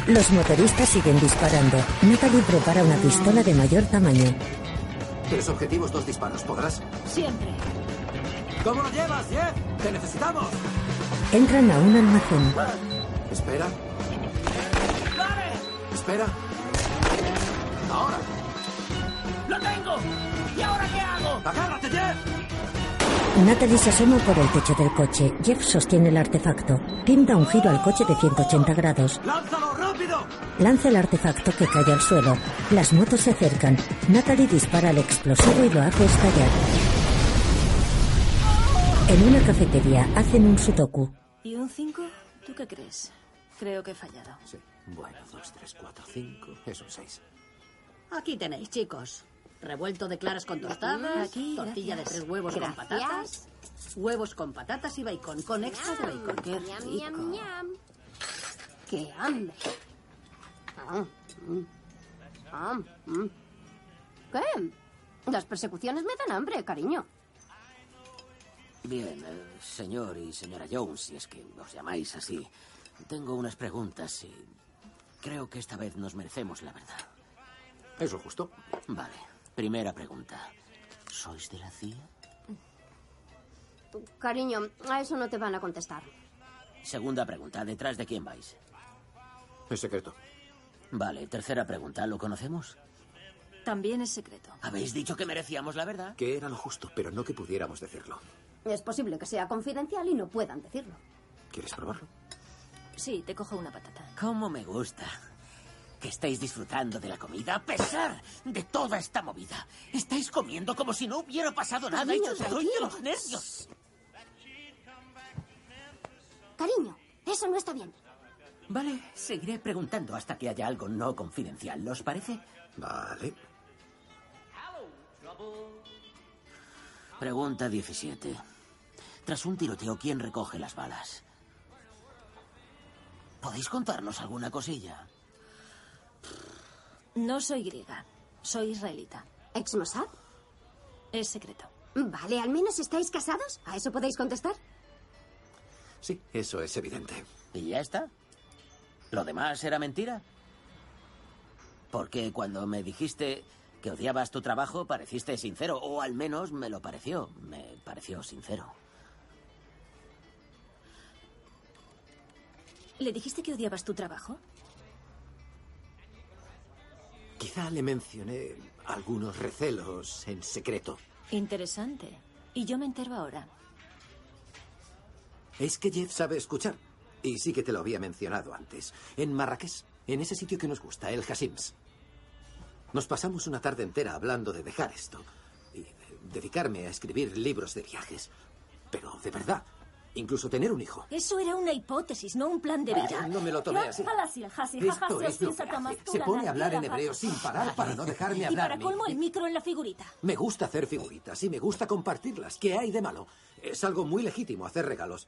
S1: Los motoristas siguen disparando. Natalie prepara una pistola de mayor tamaño.
S5: Tres objetivos, dos disparos. ¿Podrás?
S4: Siempre.
S16: ¿Cómo lo llevas, Jeff? ¡Te necesitamos!
S1: Entran a un almacén.
S5: Espera. Espera. Ahora.
S16: ¡Lo tengo! ¿Y ahora qué hago? ¡Agárrate, Jeff!
S1: Natalie se asoma por el techo del coche. Jeff sostiene el artefacto. Tim da un giro al coche de 180 grados.
S16: ¡Lánzalo rápido!
S1: Lanza el artefacto que cae al suelo. Las motos se acercan. Natalie dispara al explosivo y lo hace estallar. En una cafetería hacen un sudoku.
S12: ¿Y un 5? ¿Tú qué crees? Creo que he fallado.
S5: Sí. Bueno, dos, tres, cuatro, cinco. Es un seis.
S4: Aquí tenéis, chicos. Revuelto de claras con tostadas,
S12: Aquí,
S4: tortilla
S12: gracias.
S4: de tres huevos con
S12: Gracias.
S4: patatas, huevos con patatas y bacon, con extra de bacon. ¡Qué rico!
S3: ¡Qué hambre! Ah, mm. Ah, mm. ¿Qué? Las persecuciones me dan hambre, cariño.
S2: Bien, eh, señor y señora Jones, si es que os llamáis así, tengo unas preguntas y creo que esta vez nos merecemos la verdad.
S5: ¿Es lo justo?
S2: Vale, primera pregunta. ¿Sois de la CIA?
S3: Cariño, a eso no te van a contestar.
S2: Segunda pregunta, ¿detrás de quién vais?
S5: Es secreto.
S2: Vale, tercera pregunta, ¿lo conocemos?
S12: También es secreto.
S2: Habéis dicho que merecíamos la verdad.
S5: Que era lo justo, pero no que pudiéramos decirlo.
S3: Es posible que sea confidencial y no puedan decirlo.
S5: ¿Quieres probarlo?
S12: Sí, te cojo una patata.
S2: ¿Cómo me gusta? Que estáis disfrutando de la comida a pesar de toda esta movida. Estáis comiendo como si no hubiera pasado nada y yo
S3: Niños,
S2: estoy de los
S3: tranquilos.
S2: nervios.
S3: Cariño, eso no está bien.
S2: Vale, seguiré preguntando hasta que haya algo no confidencial. ¿Os parece?
S5: Vale.
S2: Pregunta 17. Tras un tiroteo, ¿quién recoge las balas? ¿Podéis contarnos alguna cosilla?
S12: No soy griega, soy israelita.
S3: ¿Ex Mossad?
S12: Es secreto.
S3: Vale, al menos estáis casados. ¿A eso podéis contestar?
S5: Sí, eso es evidente.
S2: ¿Y ya está? ¿Lo demás era mentira? Porque cuando me dijiste que odiabas tu trabajo pareciste sincero, o al menos me lo pareció, me pareció sincero.
S12: ¿Le dijiste que odiabas tu trabajo?
S5: Quizá le mencioné algunos recelos en secreto.
S12: Interesante. Y yo me entero ahora.
S5: Es que Jeff sabe escuchar. Y sí que te lo había mencionado antes. En Marrakech, en ese sitio que nos gusta, el Hasims. Nos pasamos una tarde entera hablando de dejar esto y de dedicarme a escribir libros de viajes. Pero de verdad, incluso tener un hijo.
S7: Eso era una hipótesis, no un plan de vida.
S5: Ah, no me lo tomé así. Esto es lo que hace. Se pone a hablar en hebreo sin parar para no dejarme
S7: Y para
S5: hablar.
S7: colmo el micro en la figurita.
S5: Me gusta hacer figuritas y me gusta compartirlas. ¿Qué hay de malo? Es algo muy legítimo hacer regalos.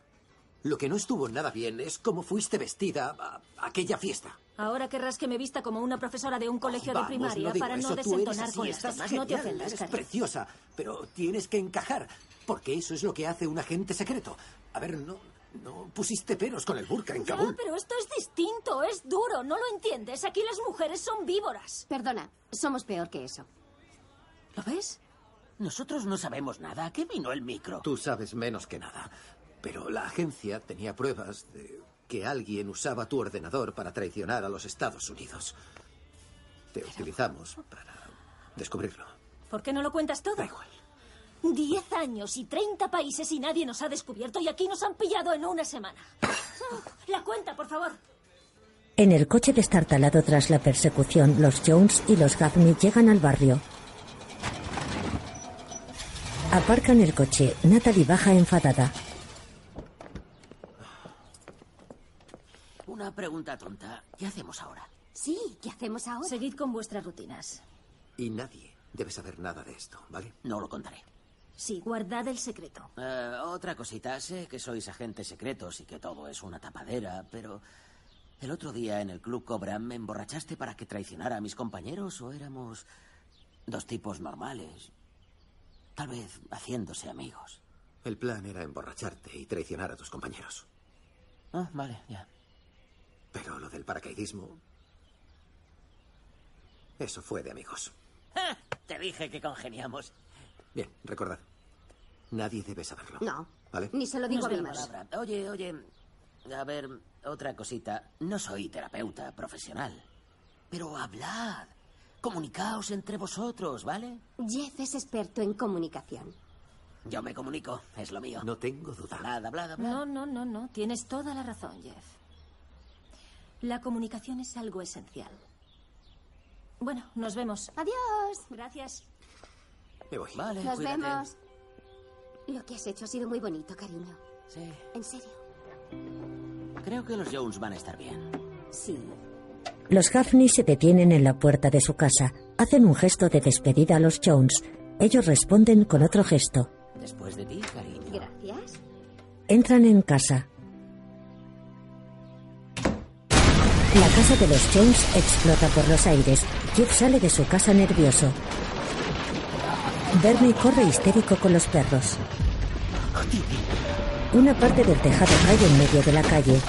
S5: Lo que no estuvo nada bien es cómo fuiste vestida a a aquella fiesta.
S7: Ahora querrás que me vista como una profesora de un colegio
S5: Vamos,
S7: de primaria
S5: no digo
S7: para
S5: eso,
S7: no
S5: tú eres
S7: desentonar
S5: así,
S7: con las
S5: estás
S7: demás. No te
S5: genial,
S7: ofendas,
S5: eres
S7: cariño.
S5: preciosa, pero tienes que encajar, porque eso es lo que hace un agente secreto. A ver, no, no pusiste peros con el burka en
S7: Ya,
S5: Kabul.
S7: pero esto es distinto, es duro, no lo entiendes. Aquí las mujeres son víboras.
S3: Perdona, somos peor que eso.
S7: ¿Lo ves?
S2: Nosotros no sabemos nada. ¿A qué vino el micro?
S5: Tú sabes menos que nada, pero la agencia tenía pruebas de que alguien usaba tu ordenador para traicionar a los Estados Unidos. Te utilizamos para descubrirlo.
S7: ¿Por qué no lo cuentas todo? Diez años y treinta países y nadie nos ha descubierto y aquí nos han pillado en una semana. La cuenta, por favor.
S1: En el coche destartalado tras la persecución, los Jones y los Gaffney llegan al barrio. Aparcan el coche. Natalie baja enfadada.
S2: Una pregunta tonta. ¿Qué hacemos ahora?
S7: Sí, ¿qué hacemos ahora? Seguid con vuestras rutinas.
S5: Y nadie debe saber nada de esto, ¿vale?
S2: No lo contaré.
S7: Sí, guardad el secreto.
S2: Eh, otra cosita, sé que sois agentes secretos y que todo es una tapadera, pero el otro día en el Club Cobra me emborrachaste para que traicionara a mis compañeros o éramos dos tipos normales, tal vez haciéndose amigos.
S5: El plan era emborracharte y traicionar a tus compañeros.
S2: Ah, vale, ya.
S5: Pero lo del paracaidismo... Eso fue de amigos.
S2: ¡Ah! Te dije que congeniamos.
S5: Bien, recordad. Nadie debe saberlo.
S2: No.
S5: ¿Vale?
S3: Ni se lo digo
S2: No
S3: a
S2: es
S3: mi
S2: mi
S3: madre.
S2: palabra. Oye, oye, a ver, otra cosita. No soy terapeuta profesional, pero hablad. Comunicaos entre vosotros, ¿vale?
S3: Jeff es experto en comunicación.
S2: Yo me comunico, es lo mío.
S5: No tengo duda.
S2: Hablad, hablad, hablad.
S12: No, no, no, no. Tienes toda la razón, Jeff. La comunicación es algo esencial. Bueno, nos vemos.
S3: Adiós.
S12: Gracias.
S5: Me voy.
S2: Vale,
S3: Nos
S2: cuídate.
S3: vemos. Lo que has hecho ha sido muy bonito, cariño.
S2: Sí.
S3: En serio.
S2: Creo que los Jones van a estar bien.
S3: Sí.
S1: Los Gaffney se detienen en la puerta de su casa. Hacen un gesto de despedida a los Jones. Ellos responden con otro gesto.
S2: Después de ti, cariño.
S3: Gracias.
S1: Entran en casa. La casa de los Jones explota por los aires. Jeff sale de su casa nervioso. Bernie corre histérico con los perros. Una parte del tejado cae en medio de la calle.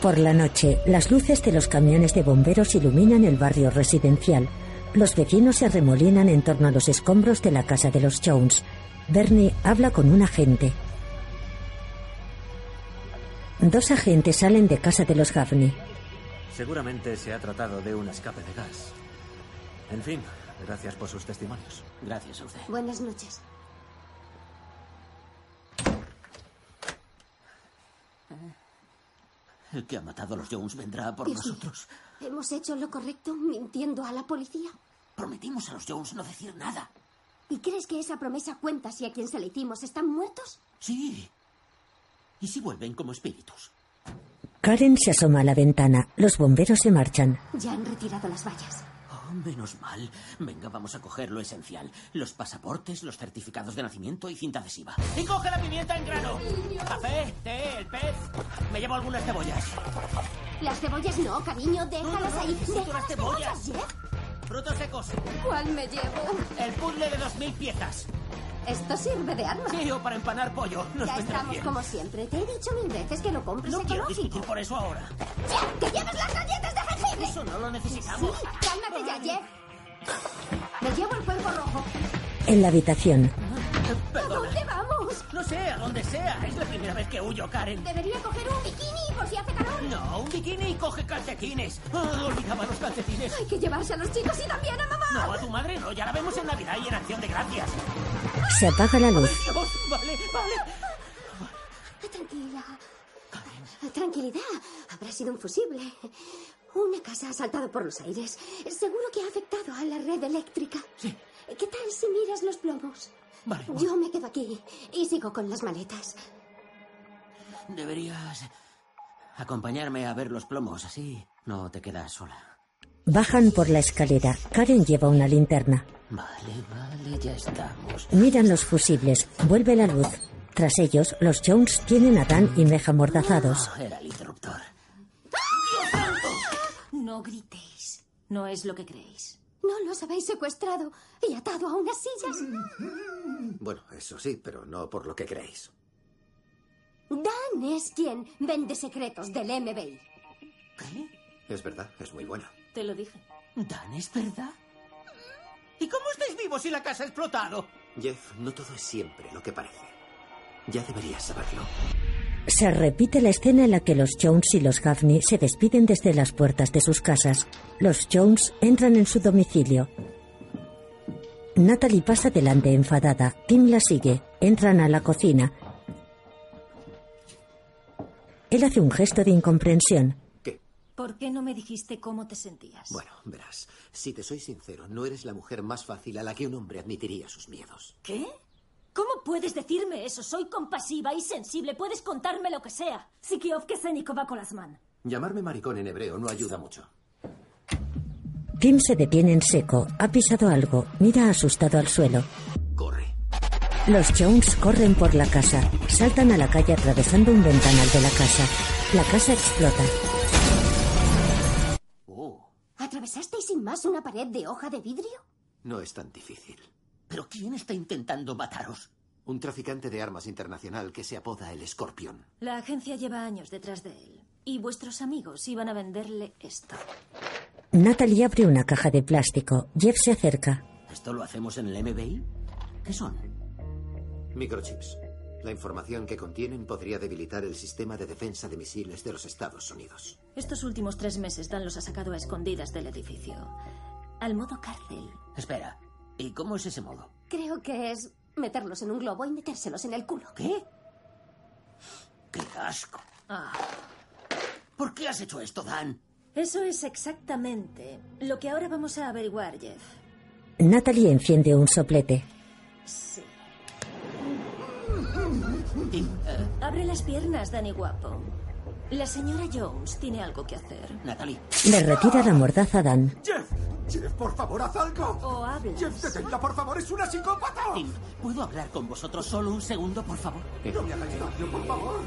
S1: Por la noche, las luces de los camiones de bomberos iluminan el barrio residencial. Los vecinos se arremolinan en torno a los escombros de la casa de los Jones. Bernie habla con un agente. Dos agentes salen de casa de los Gaffney.
S6: Seguramente se ha tratado de un escape de gas. En fin, gracias por sus testimonios.
S2: Gracias a usted.
S3: Buenas noches.
S2: El que ha matado a los Jones vendrá por
S3: Dios mío.
S2: nosotros.
S3: Hemos hecho lo correcto mintiendo a la policía.
S2: Prometimos a los Jones no decir nada.
S3: ¿Y crees que esa promesa cuenta si a quien se la hicimos están muertos?
S2: Sí. ¿Y si vuelven como espíritus?
S1: Karen se asoma a la ventana. Los bomberos se marchan.
S3: Ya han retirado las vallas.
S2: Oh, menos mal. Venga, vamos a coger lo esencial. Los pasaportes, los certificados de nacimiento y cinta adhesiva.
S13: Y coge la pimienta en grano. Café, té, el pez.
S2: Me llevo algunas cebollas.
S3: Las cebollas no, cariño, déjalas ahí.
S13: necesito
S3: Deja
S13: las cebollas.
S3: Jeff.
S13: Frutos secos.
S3: ¿Cuál me llevo?
S13: El puzzle de dos mil piezas.
S3: Esto sirve de arma.
S2: Sí, o para empanar pollo. Nos
S3: ya
S2: vendrá
S3: estamos
S2: bien.
S3: como siempre. Te he dicho mil veces que lo compres
S2: No quiero
S3: ecológico.
S2: discutir por eso ahora.
S3: ¡Que lleves las galletas de jengibre! Eso
S2: no lo necesitamos.
S3: Sí, cálmate ya, Jeff. Me llevo el cuerpo rojo.
S1: En la habitación,
S2: Perdona.
S3: ¿A dónde vamos?
S2: No sé, a donde sea. Es la primera vez que huyo, Karen.
S3: Debería coger un bikini por si hace calor.
S2: No, un bikini y coge calcetines. Ah, olvidaba los calcetines.
S3: Hay que llevarse a los chicos y también a mamá.
S2: No, a tu madre no. Ya la vemos en Navidad y en Acción de Gracias.
S1: se apaga la luz.
S2: Dios, vale, vale.
S3: Tranquila. Tranquilidad. Habrá sido un fusible. Una casa asaltada por los aires. Seguro que ha afectado a la red eléctrica. Sí. ¿Qué tal si miras los plomos?
S2: Vale.
S3: Yo me quedo aquí y sigo con las maletas.
S2: Deberías acompañarme a ver los plomos, así no te quedas sola.
S1: Bajan por la escalera. Karen lleva una linterna.
S2: Vale, vale, ya estamos.
S1: Miran los fusibles. Vuelve la luz. Tras ellos, los Jones tienen a Dan y Meja amordazados.
S2: Era el interruptor.
S12: No gritéis. No es lo que creéis.
S3: ¿No los habéis secuestrado y atado a unas sillas?
S5: Bueno, eso sí, pero no por lo que creéis.
S2: Mm.
S3: Dan es quien vende secretos del MBI.
S5: Es verdad, es muy buena.
S12: Te lo dije.
S2: Dan, ¿es verdad?
S10: ¿Y cómo estáis vivos si la casa ha explotado?
S5: Jeff, no todo es siempre lo que parece. Ya deberías saberlo.
S1: Se repite la escena en la que los Jones y los Gaffney se despiden desde las puertas de sus casas. Los Jones entran en su domicilio. Natalie pasa delante enfadada. Tim la sigue. Entran a la cocina. Él hace un gesto de incomprensión.
S12: ¿Por qué no me dijiste cómo te sentías?
S5: Bueno, verás, si te soy sincero, no eres la mujer más fácil a la que un hombre admitiría sus miedos.
S12: ¿Qué? ¿Cómo puedes decirme eso? Soy compasiva y sensible. Puedes contarme lo que sea. Sikiov Kesenikova Kolasman.
S5: Llamarme maricón en hebreo no ayuda mucho.
S1: Tim se detiene en seco. Ha pisado algo. Mira asustado al suelo. Los Jones corren por la casa. Saltan a la calle atravesando un ventanal de la casa. La casa explota.
S3: ¿Atravesasteis sin más una pared de hoja de vidrio?
S5: No es tan difícil.
S2: ¿Pero quién está intentando mataros?
S5: Un traficante de armas internacional que se apoda el escorpión.
S12: La agencia lleva años detrás de él. Y vuestros amigos iban a venderle esto.
S1: Natalie abre una caja de plástico. Jeff se acerca.
S2: ¿Esto lo hacemos en el MBI? ¿Qué son?
S5: Microchips. La información que contienen podría debilitar el sistema de defensa de misiles de los Estados Unidos.
S12: Estos últimos tres meses Dan los ha sacado a escondidas del edificio. Al modo cárcel.
S2: Espera, ¿y cómo es ese modo?
S3: Creo que es meterlos en un globo y metérselos en el culo.
S2: ¿Qué? ¡Qué asco! ¿Por qué has hecho esto, Dan?
S12: Eso es exactamente lo que ahora vamos a averiguar, Jeff.
S1: Natalie enciende un soplete.
S12: Sí. Abre las piernas, Danny Guapo. La señora Jones tiene algo que hacer.
S2: Natalie.
S1: Le retira la mordaza a Dan.
S21: Jeff, Jeff, por favor, haz algo.
S12: O habla.
S21: Jeff, deténla, por favor, es una psicópata.
S2: Tim, ¿puedo hablar con vosotros solo un segundo, por favor?
S5: Eh,
S21: No me hagáis daño, por favor.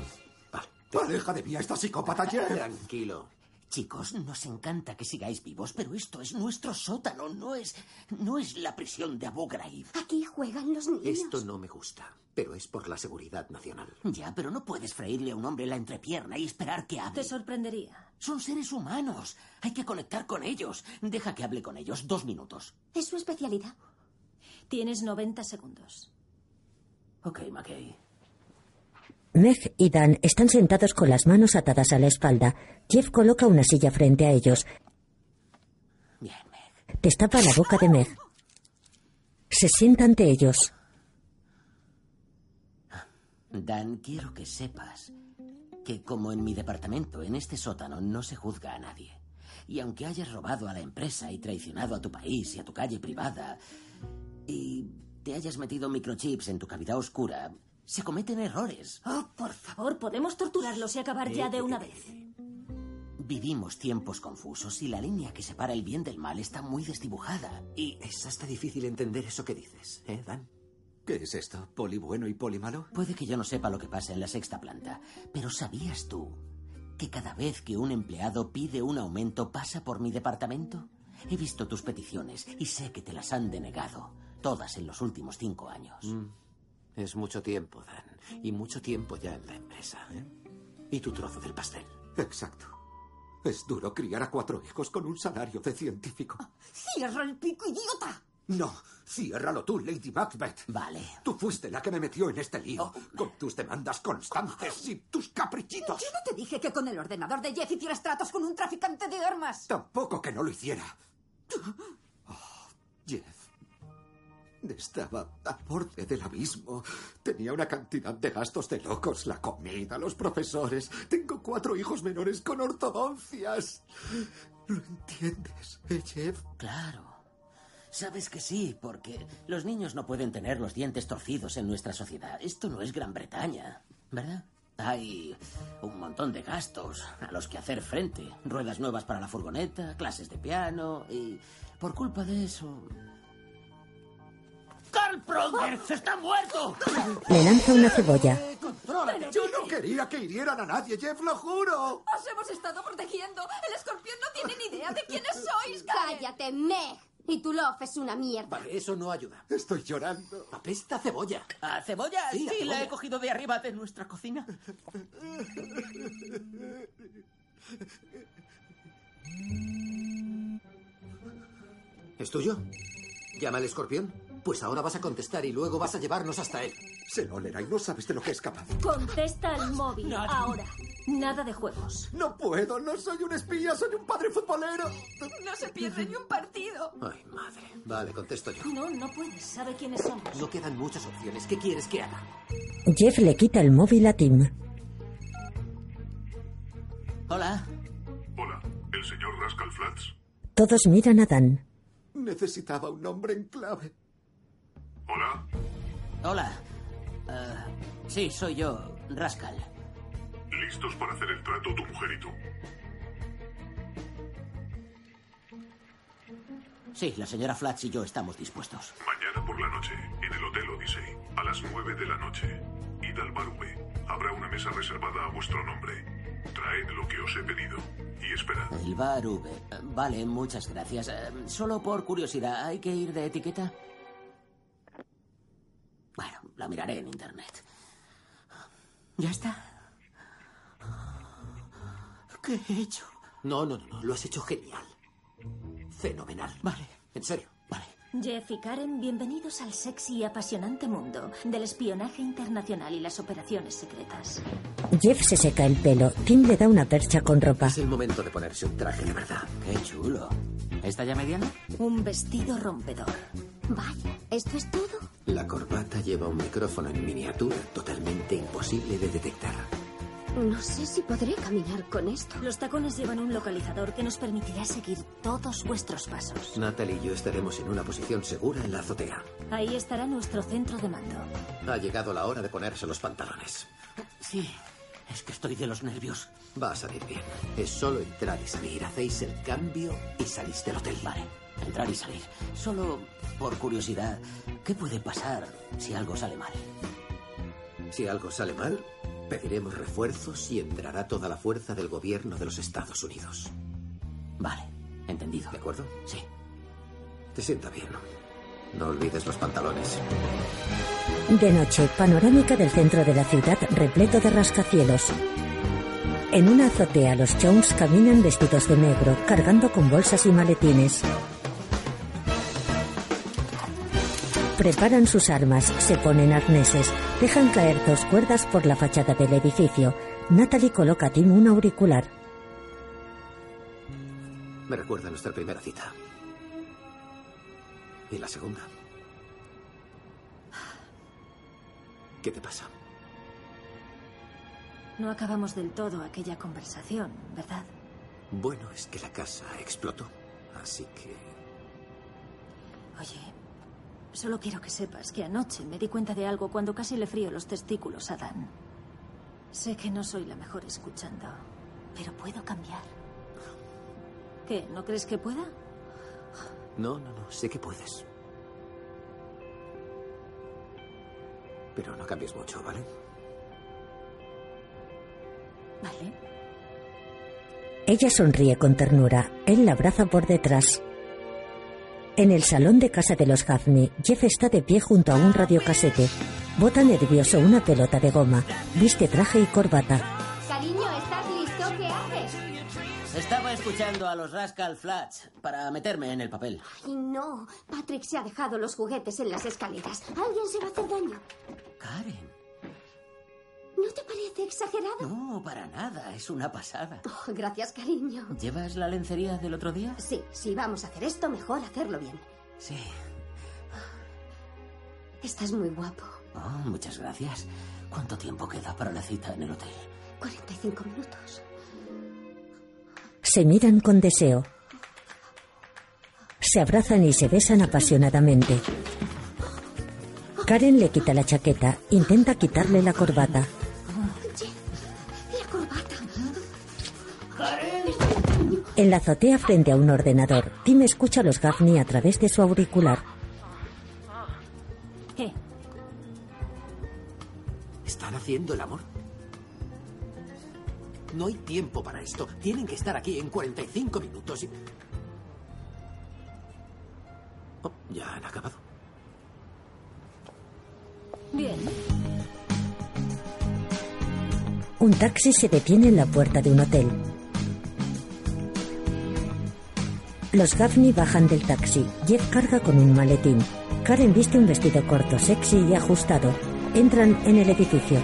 S21: Deja de mí a esta psicópata, Jeff.
S5: Tranquilo.
S2: Chicos, nos encanta que sigáis vivos, pero esto es nuestro sótano, no es, no es la prisión de Abu Ghraib.
S3: Aquí juegan los niños.
S5: Esto no me gusta, pero es por la seguridad nacional.
S2: Ya, pero no puedes freírle a un hombre la entrepierna y esperar que hable.
S12: Te sorprendería.
S2: Son seres humanos. Hay que conectar con ellos. Deja que hable con ellos dos minutos.
S3: Es su especialidad.
S12: Tienes 90 segundos.
S2: Ok, McKay.
S1: Meg y Dan están sentados con las manos atadas a la espalda. Jeff coloca una silla frente a ellos. Destapa la boca de Meg. Se sienta ante ellos.
S2: Dan, quiero que sepas que como en mi departamento, en este sótano, no se juzga a nadie. Y aunque hayas robado a la empresa y traicionado a tu país y a tu calle privada, y te hayas metido microchips en tu cavidad oscura, se cometen errores.
S12: Oh, por favor, podemos torturarlos y acabar ya de una vez.
S2: Vivimos tiempos confusos y la línea que separa el bien del mal está muy desdibujada. Y
S5: Es hasta difícil entender eso que dices, ¿eh, Dan? ¿Qué es esto? ¿Poli bueno y poli malo?
S2: Puede que yo no sepa lo que pasa en la sexta planta, pero ¿sabías tú que cada vez que un empleado pide un aumento pasa por mi departamento? He visto tus peticiones y sé que te las han denegado, todas en los últimos cinco años.
S5: Mm, Es mucho tiempo, Dan. Y mucho tiempo ya en la empresa. ¿eh? Y tu trozo del pastel.
S22: Exacto. Es duro criar a cuatro hijos con un salario de científico.
S5: Ah,
S15: ¡Cierra el pico, idiota!
S22: No, ciérralo tú, Lady Macbeth. Vale. Tú fuiste la que me metió en este lío.
S5: Oh,
S22: Con tus demandas constantes y tus caprichitos.
S4: Yo no te dije que con el ordenador de Jeff hicieras tratos con un traficante de armas.
S22: Tampoco que no lo hiciera. Oh, Jeff. Estaba a borde del abismo. Tenía una cantidad de gastos de locos. La comida, los profesores. Tengo cuatro hijos menores con ortodoncias. ¿Lo entiendes, eh, Jeff?
S2: Claro. Sabes que sí, porque los niños no pueden tener los dientes torcidos en nuestra sociedad. Esto no es Gran Bretaña, ¿verdad? Hay un montón de gastos a los que hacer frente. Ruedas nuevas para la furgoneta, clases de piano y... Por culpa de eso...
S13: ¡Carl Pronger está muerto!
S1: Le lanza una cebolla.
S22: ¡Contrólate! Yo no quería que hirieran a nadie, Jeff, lo juro.
S4: Os hemos estado protegiendo. El escorpión no tiene ni idea de quiénes sois, Karen.
S3: ¡Cállate, Meg! Y tu lof es una mierda.
S5: Vale, eso no ayuda.
S22: Estoy llorando.
S5: Apesta a cebolla.
S13: ¿A cebolla?
S5: Sí,
S13: Sí,
S5: a
S13: la
S5: cebolla.
S13: he cogido de arriba de nuestra cocina.
S5: ¿Es tuyo? ¿Llama al escorpión? Pues ahora vas a contestar y luego vas a llevarnos hasta él.
S22: Se lo olerá y no sabes de lo que es capaz.
S7: Contesta al móvil
S22: Nada.
S7: ahora. Nada de juegos.
S22: No puedo, no soy un espía, soy un padre futbolero.
S4: No se pierde ni un partido.
S5: Ay, madre. Vale, contesto yo.
S7: No, no puedes. Sabe quiénes somos.
S5: No quedan muchas opciones. ¿Qué quieres que haga?
S1: Jeff le quita el móvil a Tim.
S13: Hola.
S23: Hola, ¿el señor Rascal Flats?
S1: Todos miran a Dan.
S22: Necesitaba un nombre en clave.
S23: Hola,
S2: Hola. Ah, sí, soy yo, Rascal.
S23: ¿listos para hacer el trato tu mujer y tú?
S2: Sí, la señora Flats y yo estamos dispuestos.
S23: Mañana por la noche, en el Hotel Odyssey, a las 9 de la noche. Id al bar V. Habrá una mesa reservada a vuestro nombre. Traed lo que os he pedido. Y esperad.
S2: El bar V. Ah, Vale, muchas gracias. Ah, solo por curiosidad, ¿hay que ir de etiqueta? Bueno, la miraré en internet. ¿Ya está?
S5: ¿Qué he hecho? No, no, no, no. Lo has hecho genial. Fenomenal. Vale. En serio.
S12: Jeff y Karen, bienvenidos al sexy y apasionante mundo del espionaje internacional y las operaciones secretas.
S1: Jeff se seca el pelo. Tim le da una percha con ropa.
S5: Es el momento de ponerse un traje de verdad.
S2: Qué chulo. ¿Está ya mediana?
S12: Un vestido rompedor.
S3: Vaya, ¿esto es todo?
S5: La corbata lleva un micrófono en miniatura totalmente imposible de detectar.
S3: No sé si podré caminar con esto.
S12: Los tacones llevan un localizador que nos permitirá seguir todos vuestros pasos.
S5: Natalie y yo estaremos en una posición segura en la azotea.
S12: Ahí estará nuestro centro de mando.
S5: Ha llegado la hora de ponerse los pantalones.
S2: Sí, es que estoy de los nervios.
S5: Va a salir bien. Es solo entrar y salir. Hacéis el cambio y salís del hotel. Vale.
S2: Entrar y salir. Solo por curiosidad, ¿qué puede pasar si algo sale mal?
S5: Si algo sale mal, pediremos refuerzos y entrará toda la fuerza del gobierno de los Estados Unidos.
S2: Vale, entendido.
S5: ¿De acuerdo?
S2: Sí.
S5: Te sienta bien. No olvides los pantalones.
S1: De noche, panorámica del centro de la ciudad repleto de rascacielos. En una azotea, los Jones caminan vestidos de negro, cargando con bolsas y maletines. Preparan sus armas, se ponen arneses, dejan caer dos cuerdas por la fachada del edificio. Natalie coloca a Tim un auricular.
S5: Me recuerda a nuestra primera cita. Y la segunda. ¿Qué te pasa?
S12: No acabamos del todo aquella conversación, ¿verdad?
S5: Bueno, es que la casa explotó. Así que...
S12: Oye, solo quiero que sepas que anoche me di cuenta de algo cuando casi le frío los testículos a Dan. Sé que no soy la mejor escuchando, pero puedo cambiar. ¿Qué? ¿No crees que pueda?
S5: No, no, no, sé que puedes. Pero no cambies mucho, ¿vale?
S12: Vale.
S1: Ella sonríe con ternura. Él la abraza por detrás. En el salón de casa de los Gaffney, Jeff está de pie junto a un radiocasete. Bota nervioso una pelota de goma. Viste traje y corbata.
S3: Cariño, ¿estás listo? ¿Qué haces?
S2: Estaba escuchando a los Rascal Flats para meterme en el papel.
S3: Y no, Patrick se ha dejado los juguetes en las escaleras. Alguien se va a hacer daño.
S2: Karen,
S3: ¿No te parece exagerado?
S2: no, para nada, es una pasada.
S3: Oh, gracias, cariño.
S2: ¿Llevas la lencería del otro día?
S3: Sí, si vamos a hacer esto, mejor hacerlo bien.
S2: Sí.
S3: Estás muy guapo.
S2: Oh, muchas gracias. ¿Cuánto tiempo queda para la cita en el hotel?
S3: 45 minutos.
S1: Se miran con deseo. Se abrazan y se besan apasionadamente. Karen le quita la chaqueta, intenta quitarle la corbata. En la azotea frente a un ordenador, Tim escucha a los Gaffney a través de su auricular.
S4: ¿Qué?
S5: ¿Están haciendo el amor? No hay tiempo para esto. Tienen que estar aquí en 45 minutos. y- Oh, ya han acabado.
S4: Bien.
S1: Un taxi se detiene en la puerta de un hotel. Los Gaffney bajan del taxi. Jeff carga con un maletín. Karen viste un vestido corto, sexy y ajustado. Entran en el edificio.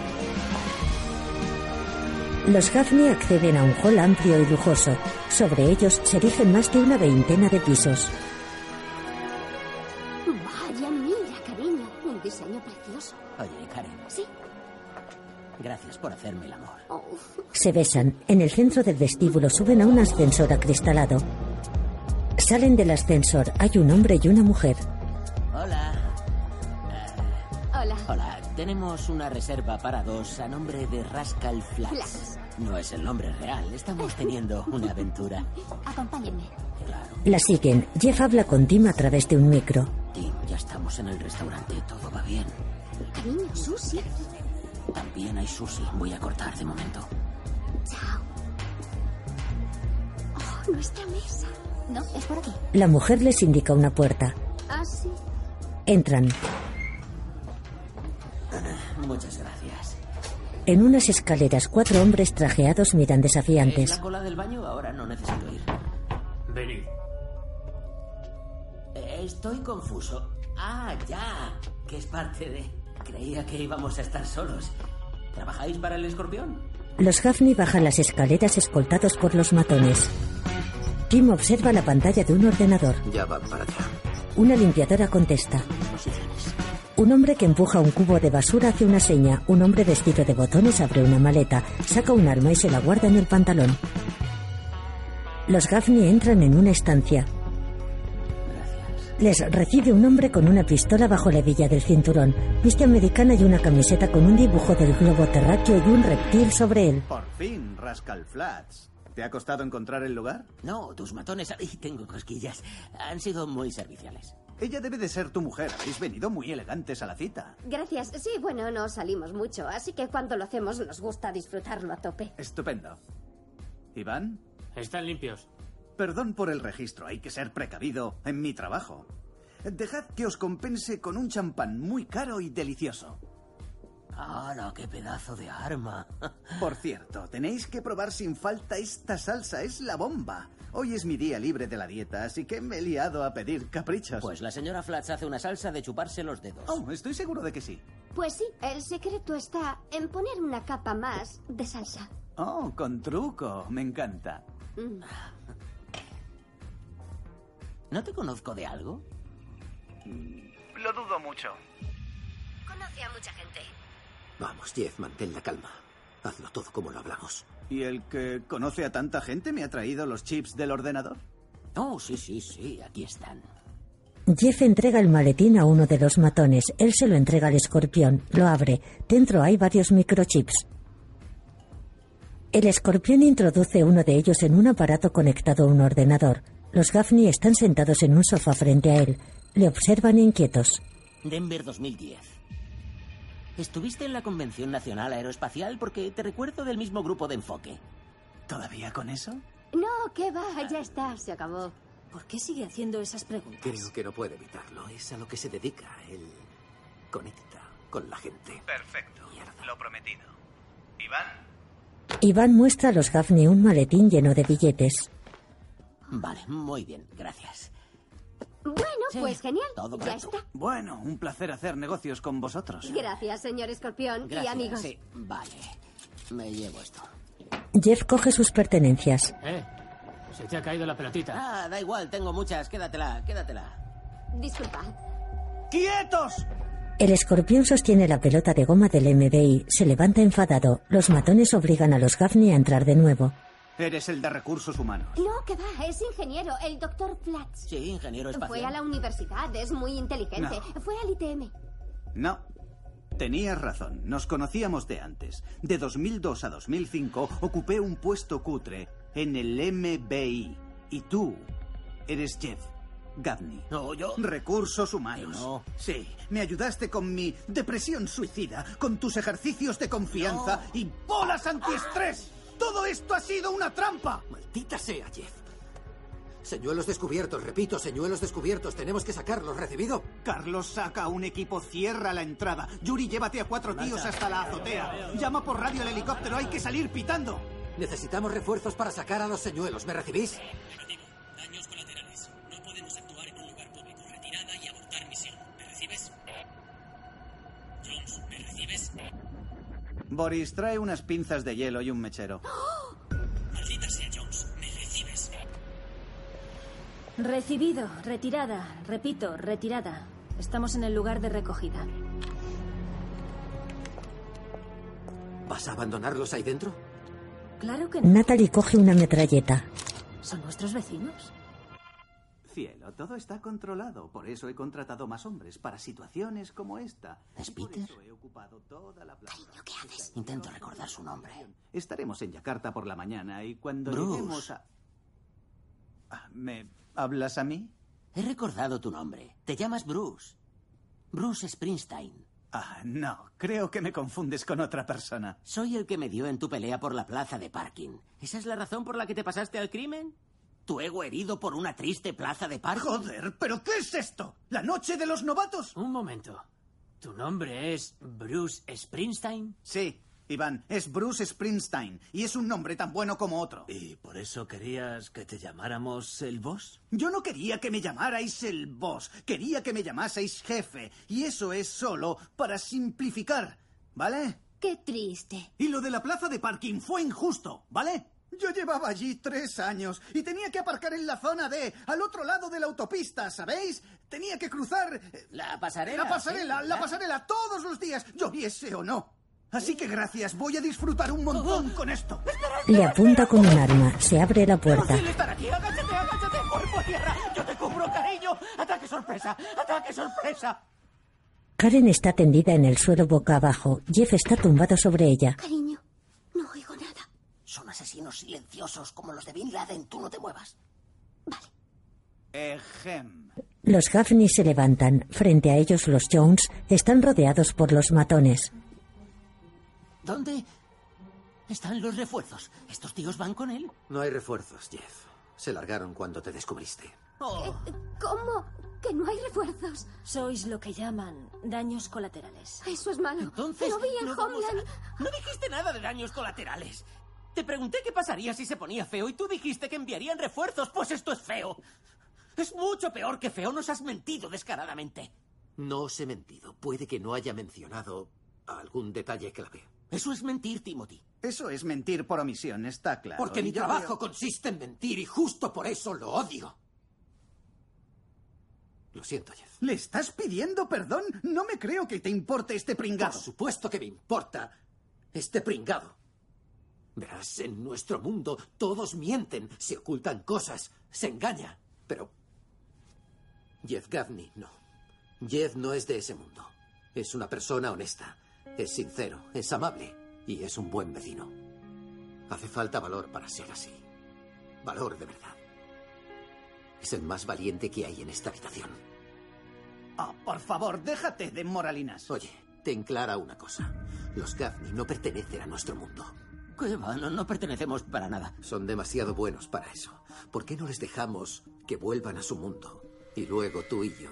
S1: Los Gaffney acceden a un hall amplio y lujoso. Sobre ellos se erigen más de una veintena de pisos.
S3: Vaya, mira, cariño. Un diseño precioso.
S2: Oye, Karen,
S3: Sí.
S2: gracias por hacerme el amor.
S1: Se besan. En el centro del vestíbulo suben a un ascensor acristalado. Salen del ascensor. Hay un hombre y una mujer.
S2: Hola.
S3: Hola.
S2: Hola, tenemos una reserva para dos a nombre de Rascal Flats.
S3: Flats.
S2: No es el nombre real, estamos teniendo una aventura.
S3: Acompáñenme.
S1: La siguen. Jeff habla con Tim a través de un micro.
S2: Tim, ya estamos en el restaurante, todo va bien.
S3: Cariño, sushi.
S2: También hay sushi, voy a cortar de momento.
S3: Chao. Oh, nuestra mesa. No, es por aquí.
S1: La mujer les indica una puerta.
S3: Ah, sí.
S1: Entran.
S2: Muchas gracias.
S1: En unas escaleras cuatro hombres trajeados miran
S2: ¿Es
S1: desafiantes.
S2: la cola del baño? Ahora no necesito ir.
S6: Venid.
S2: Eh, Estoy confuso. Ah, ya. Que es parte de... Creía que íbamos a estar solos. ¿Trabajáis para el escorpión?
S1: Los Gaffney bajan las escaleras escoltados por los matones. Tim observa la pantalla de un ordenador.
S5: Ya van para allá.
S1: Una limpiadora contesta. Un hombre que empuja un cubo de basura hace una seña. Un hombre vestido de botones abre una maleta, saca un arma y se la guarda en el pantalón. Los Gaffney entran en una estancia. Les recibe un hombre con una pistola bajo la hebilla del cinturón, viste americana y una camiseta con un dibujo del globo terráqueo y un reptil sobre él.
S10: Por fin, Rascal Flats. ¿Te ha costado encontrar el lugar?
S2: No, tus matones... Ay, tengo cosquillas. Han sido muy serviciales.
S10: Ella debe de ser tu mujer. Habéis venido muy elegantes a la cita.
S3: Gracias. Sí, bueno, no salimos mucho, así que cuando lo hacemos nos gusta disfrutarlo a tope.
S10: Estupendo. ¿Iván?
S14: Están limpios.
S10: Perdón por el registro, hay que ser precavido en mi trabajo. Dejad que os compense con un champán muy caro y delicioso.
S2: ¡Hala, qué pedazo de arma!
S10: Por cierto, tenéis que probar sin falta esta salsa, es la bomba. Hoy es mi día libre de la dieta, así que me he liado a pedir caprichos.
S2: Pues la señora Flats hace una salsa de chuparse los dedos.
S10: Oh, estoy seguro de que sí.
S3: Pues sí, el secreto está en poner una capa más de salsa.
S10: Oh, con truco, me encanta.
S3: Mm.
S2: ¿No te conozco de algo?
S10: Lo dudo mucho.
S7: Conoce a mucha gente.
S5: Vamos, Jeff, mantén la calma. Hazlo todo como lo hablamos.
S10: ¿Y el que conoce a tanta gente me ha traído los chips del ordenador?
S2: Oh, sí, sí, sí, aquí están.
S1: Jeff entrega el maletín a uno de los matones, él se lo entrega al escorpión, lo abre, dentro hay varios microchips. El escorpión introduce uno de ellos en un aparato conectado a un ordenador. Los Gaffney están sentados en un sofá frente a él, le observan inquietos.
S2: Denver 2010. ¿Estuviste en la Convención Nacional Aeroespacial porque te recuerdo del mismo grupo de enfoque?
S10: ¿Todavía con eso?
S3: No, qué va, ya está, se acabó.
S12: ¿Por qué sigue haciendo esas preguntas?
S5: Creo que no puede evitarlo. Es a lo que se dedica. Él conecta con la gente.
S24: Perfecto. Lo prometido. Iván,
S1: Iván muestra a los Gaffney un maletín lleno de billetes.
S2: Vale, muy bien, gracias.
S3: Bueno, pues genial.
S24: Todo
S3: ya
S24: barato.
S3: está.
S24: bueno, un placer hacer negocios con vosotros.
S3: Gracias, señor escorpión y
S24: Gracias,
S3: amigos.
S24: sí.
S2: Vale, me llevo esto.
S1: Jeff coge sus pertenencias.
S2: ¿Eh? Se te ha caído la pelotita. Ah, da igual, tengo muchas. Quédatela, quédatela.
S3: Disculpad.
S24: ¡Quietos!
S1: El escorpión sostiene la pelota de goma del MBI, se levanta enfadado. Los matones obligan a los Gaffney a entrar de nuevo.
S10: Eres el de recursos humanos.
S3: No, que va, es ingeniero, el doctor Flats.
S2: Sí, ingeniero
S3: Fue a la universidad, es muy inteligente. Fue al ITM.
S10: No. Tenías razón, nos conocíamos de antes. De 2002 a 2005 ocupé un puesto cutre en el MBI. Y tú eres Jeff Gavney.
S2: No, yo.
S10: Recursos humanos.
S2: no.
S10: Sí, me ayudaste con mi depresión suicida, con tus ejercicios de confianza y bolas antiestrés. Todo esto ha sido una trampa.
S5: Maldita sea, Jeff. Señuelos descubiertos, repito, señuelos descubiertos. Tenemos que sacarlos, ¿recibido?
S10: Carlos, saca un equipo, cierra la entrada. Yuri, llévate a cuatro tíos hasta la azotea. Llama por radio al helicóptero, hay que salir pitando.
S5: Necesitamos refuerzos para sacar a los señuelos, ¿me recibís?
S25: Eh, Daños colaterales. No podemos actuar en un lugar público. Retirada y abortar misión. ¿Me recibes? Jones, ¿me recibes?
S10: Boris, trae unas pinzas de hielo y un mechero.
S25: Maldita sea Jones, ¿me recibes?
S12: Recibido, retirada. Repito, retirada. Estamos en el lugar de recogida.
S5: ¿Vas a abandonarlos ahí dentro?
S12: Claro que no.
S1: Natalie coge una metralleta.
S12: ¿Son nuestros vecinos?
S10: Cielo, todo está controlado. Por eso he contratado más hombres, para situaciones como esta. ¿Es Peter? he ocupado toda la plaza. ¿qué haces?
S2: Intento recordar su nombre.
S10: Estaremos en Yakarta por la mañana y cuando
S2: Bruce.
S10: lleguemos a... Ah, ¿Me hablas a mí?
S2: He recordado tu nombre. Te llamas Bruce. Bruce Springsteen.
S10: Ah, no. Creo que me confundes con otra persona.
S2: Soy el que me dio en tu pelea por la plaza de parking. ¿Esa es la razón por la que te pasaste al crimen? ¿Tu ego herido por una triste plaza de parking?
S10: Joder, ¿pero qué es esto? ¿La noche de los novatos?
S6: Un momento. ¿Tu nombre es Bruce Springsteen?
S10: Sí, Iván, es Bruce Springsteen y es un nombre tan bueno como otro.
S6: ¿Y por eso querías que te llamáramos el boss?
S10: Yo no quería que me llamarais el boss, quería que me llamaseis jefe, y eso es solo para simplificar, ¿vale?
S3: Qué triste.
S10: Y lo de la plaza de parking fue injusto, ¿vale? Yo llevaba allí tres años y tenía que aparcar en la zona D, al otro lado de la autopista, ¿sabéis? Tenía que cruzar... eh,
S2: La pasarela.
S10: La pasarela,
S2: sí,
S10: la
S2: claro.
S10: pasarela, todos los días, lloviese o no. Así que gracias, voy a disfrutar un montón con esto.
S1: Le apunta con un arma. Se abre la puerta.
S16: ¡Fácil estar aquí! ¡Agáchate, agáchate! ¡Cuerpo a tierra! ¡Yo te cubro, cariño! ¡Ataque sorpresa! ¡Ataque sorpresa!
S1: Karen está tendida en el suelo boca abajo. Jeff está tumbado sobre ella.
S2: Cariño, no oigo nada. Son asesinos silenciosos como los de Bin Laden. Tú no te muevas.
S10: Ejem.
S1: Los Gaffney se levantan. Frente a ellos los Jones están rodeados por los matones.
S2: ¿Dónde están los refuerzos? ¿Estos tíos van con él?
S5: No hay refuerzos, Jeff. Se largaron cuando te descubriste.
S3: Eh,
S12: ¿Cómo? ¿Que no hay refuerzos? Sois lo que llaman daños colaterales.
S3: Eso es malo.
S2: Entonces,
S3: Lo vi en
S2: no vamos
S3: Homeland.
S2: a- No dijiste nada de daños colaterales. Te pregunté qué pasaría si se ponía feo y tú dijiste que enviarían refuerzos. Pues esto es feo. Es mucho peor que feo. Nos has mentido descaradamente.
S5: No os he mentido. Puede que no haya mencionado algún detalle clave.
S2: Eso es mentir, Timothy.
S10: Eso es mentir por omisión, está claro.
S5: Porque
S10: Y
S5: mi
S10: yo
S5: trabajo
S10: creo-
S5: consiste en mentir y justo por eso lo odio. Lo siento, Jeff.
S10: ¿Le estás pidiendo perdón? No me creo que te importe este pringado.
S5: Por supuesto que me importa este pringado. Verás, en nuestro mundo todos mienten, se ocultan cosas, se engaña. Pero Jeff Gaffney no. Jeff no es de ese mundo. Es una persona honesta, es sincero, es amable y es un buen vecino. Hace falta valor para ser así. Valor de verdad. Es el más valiente que hay en esta habitación.
S10: Ah, por favor, déjate de moralinas.
S5: Oye, ten clara una cosa. Los Gaffney no pertenecen a nuestro mundo.
S2: Qué va, no, no pertenecemos para nada.
S5: Son demasiado buenos para eso. ¿Por qué no les dejamos que vuelvan a su mundo? Y luego tú y yo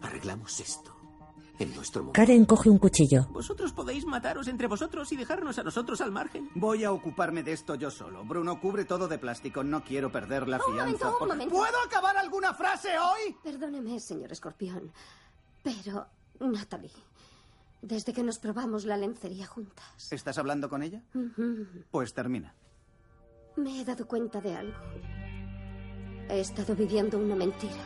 S5: arreglamos esto. en nuestro mundo.
S1: Karen coge un cuchillo.
S26: Vosotros podéis mataros entre vosotros y dejarnos a nosotros al margen.
S10: Voy a ocuparme de esto yo solo. Bruno, cubre todo de plástico. No quiero perder la
S3: Un
S10: fianza.
S3: momento, un
S10: por-
S3: momento.
S10: ¿Puedo acabar alguna frase hoy?
S3: Perdóneme, señor escorpión, pero Natalie, desde que nos probamos la lencería juntas,
S10: ¿Estás hablando con ella?
S3: ujú,
S10: Pues termina.
S3: me he dado cuenta de algo. He estado viviendo una mentira.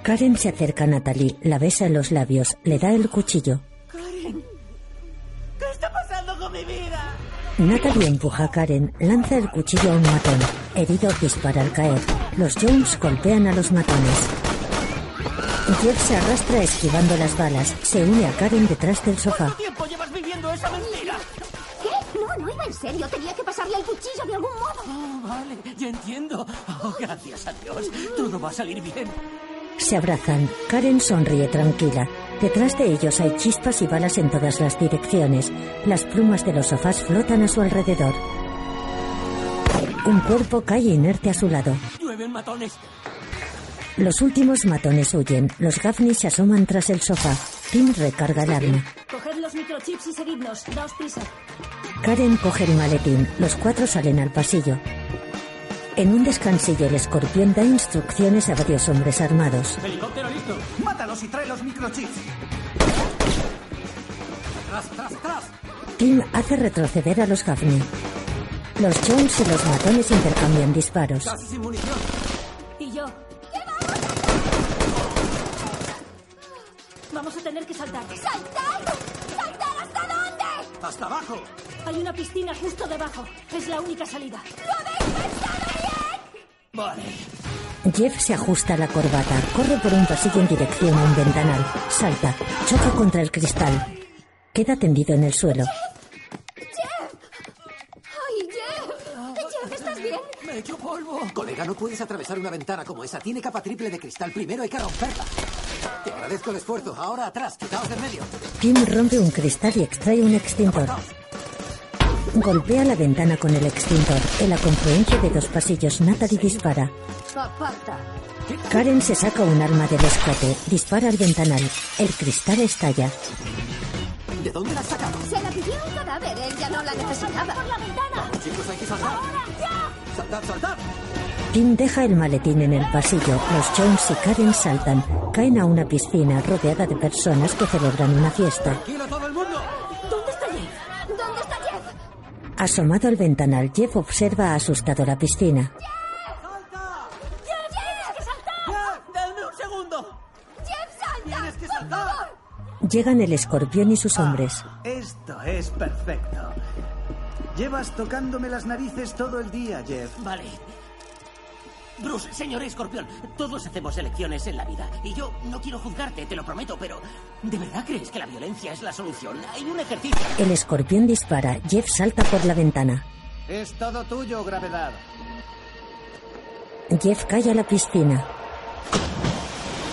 S1: Karen se acerca a Natalie, la besa en los labios, le da el cuchillo.
S27: Karen, ¿qué está pasando con mi vida?
S1: Natalie empuja a Karen, lanza el cuchillo a un matón. Herido dispara al caer. Los Jones golpean a los matones. Jeff se arrastra esquivando las balas. Se une a Karen detrás del sofá.
S27: tiempo llevas viviendo esa mentira?
S3: ¿Qué? No, no iba en serio. Tenía que pasarle el cuchillo de algún modo.
S2: ¿Eh?
S27: Oh, vale, ya entiendo. Oh, gracias a Dios. Todo va a salir bien.
S1: Se abrazan. Karen sonríe tranquila. Detrás de ellos hay chispas y balas en todas las direcciones. Las plumas de los sofás flotan a su alrededor. Un cuerpo cae inerte a su lado.
S27: Llueven matones.
S1: Los últimos matones huyen. Los Gaffney se asoman tras el sofá. Tim recarga el arma.
S7: Coged los microchips y seguidnos. Daos prisa.
S1: Karen coge el maletín. Los cuatro salen al pasillo. En un descansillo, el escorpión da instrucciones a varios hombres armados.
S10: ¡Helicóptero listo! ¡Mátalos y trae los microchips!
S27: Tras, tras, tras.
S1: Tim hace retroceder a los Gaffney. Los Jones y los matones intercambian disparos.
S27: Casi sin munición.
S7: Y yo. Vamos a tener que saltar. ¡Saltar! ¡Saltar hasta dónde!
S28: ¡Hasta abajo!
S7: Hay una piscina justo debajo. Es la única salida.
S1: Jeff se ajusta la corbata, corre por un pasillo en dirección a un ventanal, salta, choca contra el cristal. Queda tendido en el suelo.
S3: ¡Jeff! ¡Ay, Jeff!
S2: ¿Eh?
S3: ¡Jeff, estás bien!
S5: ¡Me he hecho polvo! Colega, no puedes atravesar una ventana como esa. Tiene capa triple de cristal. Primero hay que romperla. Te agradezco el esfuerzo. Ahora atrás. Quitaos del medio.
S1: Tim rompe un cristal y extrae un extintor. Golpea la ventana con el extintor. En la confluencia de dos pasillos, Natalie dispara.
S29: Aparta.
S1: Karen se saca un arma del escote, dispara al ventanal. El cristal estalla.
S5: ¿De dónde la has sacado?
S3: Se la pidió un cadáver. Él ya no la necesitaba. ¡Por la ventana!
S5: Chicos, hay que saltar. ¡Ahora,
S3: ya!
S5: ¡Saltad, saltad!
S1: Tim deja el maletín en el pasillo. Los Jones y Karen saltan. Caen a una piscina rodeada de personas que celebran una fiesta.
S27: Tranquilo todo el mundo.
S7: ¿Dónde está Jeff?
S3: ¿Dónde está Jeff?
S1: Asomado al ventanal, Jeff observa asustado la piscina.
S27: ¡Jeff, tienes que saltar! ¡Jeff, dame un segundo!
S3: ¡Jeff, salta!
S27: ¡Tienes que saltar!
S1: Llegan el escorpión y sus hombres.
S10: Esto es perfecto. Llevas tocándome las narices todo el día, Jeff.
S2: Vale. Bruce, señor escorpión, todos hacemos elecciones en la vida. Y yo no quiero juzgarte, te lo prometo, pero ¿de verdad crees que la violencia es la solución? Hay un ejercicio.
S1: El escorpión dispara. Jeff salta por la ventana.
S10: Es todo tuyo, gravedad.
S1: Jeff cae a la piscina.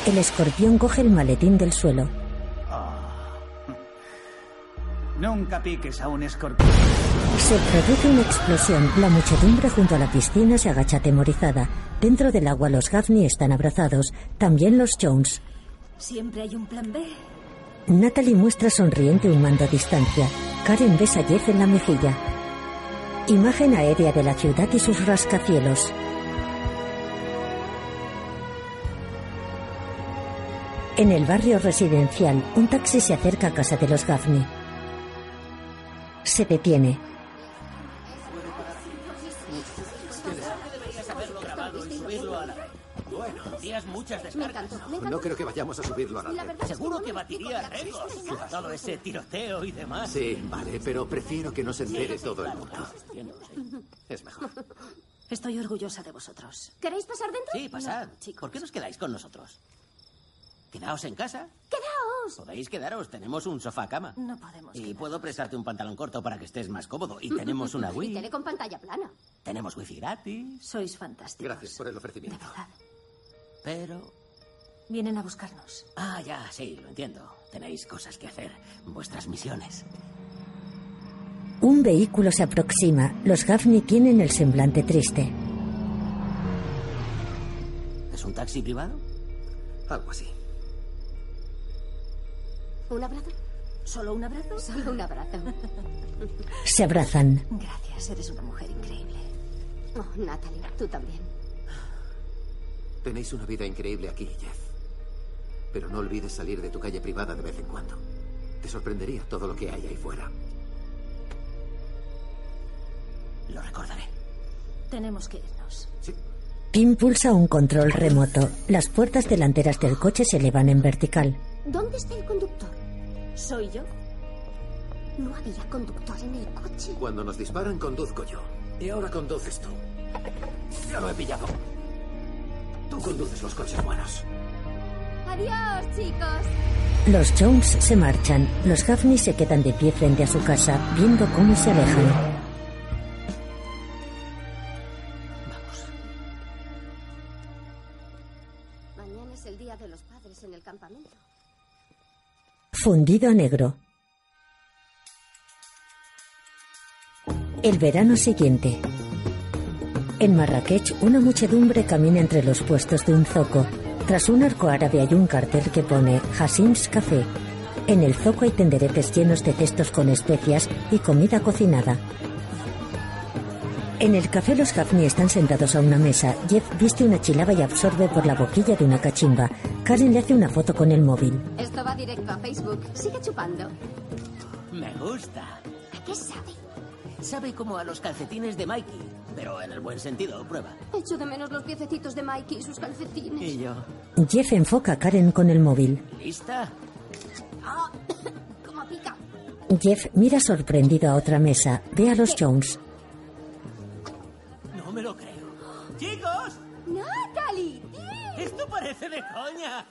S1: El escorpión coge el maletín del suelo.
S10: Ah. Nunca piques a un escorpión.
S1: Se produce una explosión. La muchedumbre junto a la piscina se agacha atemorizada. Dentro del agua los Gaffney están abrazados, también los Jones.
S7: Siempre hay un plan B.
S1: Natalie muestra sonriente un mando a distancia. Karen besa a Jeff en la mejilla. Imagen aérea de la ciudad y sus rascacielos. En el barrio residencial, un taxi se acerca a casa de los Gaffney. Se detiene.
S2: Bueno, días muchas descargas.
S5: No creo que vayamos a subirlo a la red.
S2: Seguro que batiría récords. Todo ese tiroteo y demás.
S5: Sí, vale, pero prefiero que no se entere todo el mundo. Es mejor.
S12: Estoy orgullosa de vosotros.
S3: ¿Queréis pasar dentro?
S2: Sí, pasad. ¿Por qué nos quedáis con nosotros? Quedaos en casa.
S3: ¡Quedaos!
S2: Podéis quedaros. Tenemos un sofá cama.
S12: No podemos.
S2: Y puedo prestarte un pantalón corto para que estés más cómodo. Y tenemos una
S3: Y
S2: Wii.
S3: tele con pantalla plana.
S2: Tenemos wifi gratis.
S12: Sois fantásticos.
S2: Gracias por el ofrecimiento. Pero.
S12: Vienen a buscarnos.
S2: Ah, ya, sí, lo entiendo. Tenéis cosas que hacer. Vuestras misiones.
S1: Un vehículo se aproxima. Los Gaffney tienen el semblante triste.
S2: ¿Es un taxi privado?
S5: Algo así.
S3: ¿Un abrazo?
S12: ¿Solo un abrazo?
S3: Solo un abrazo.
S1: Se abrazan.
S12: Gracias, eres una mujer increíble.
S3: Oh, Natalie, tú también.
S5: Tenéis una vida increíble aquí, Jeff. Pero no olvides salir de tu calle privada de vez en cuando. Te sorprendería todo lo que hay ahí fuera. Lo recordaré.
S12: Tenemos que irnos.
S1: Tim pulsa un control remoto. Las puertas delanteras del coche se elevan en vertical.
S3: ¿Dónde está el conductor?
S12: ¿Soy yo?
S3: No había conductor en el coche.
S5: Cuando nos disparan, conduzco yo. Y ahora conduces tú. Ya lo he pillado. Tú conduces los coches buenos.
S30: Adiós, chicos.
S1: Los Jones se marchan. Los Gaffney se quedan de pie frente a su casa, viendo cómo se alejan.
S3: Mañana es el día de los padres en el campamento.
S1: Fundido a negro. El verano siguiente. En Marrakech, una muchedumbre camina entre los puestos de un zoco. Tras un arco árabe hay un cartel que pone Hasim's Café. En el zoco hay tenderetes llenos de cestos con especias y comida cocinada. En el café los Hafni están sentados a una mesa. Jeff viste una chilaba y absorbe por la boquilla de una cachimba. Karen le hace una foto con el móvil.
S3: Esto va directo a Facebook. Sigue chupando.
S13: Me gusta.
S3: ¿A qué sabe?
S13: Sabe como a los calcetines de Mikey, pero en el buen sentido, prueba.
S3: Echo de menos los piececitos de Mikey y sus calcetines.
S13: Y yo.
S1: Jeff enfoca a Karen con el móvil.
S13: ¿Lista?
S3: Ah, como pica.
S1: Jeff mira sorprendido a otra mesa. Ve a los Jones.
S6: No me lo creo. ¡Chicos!
S30: ¡Natalie!
S6: ¡Esto parece de coña!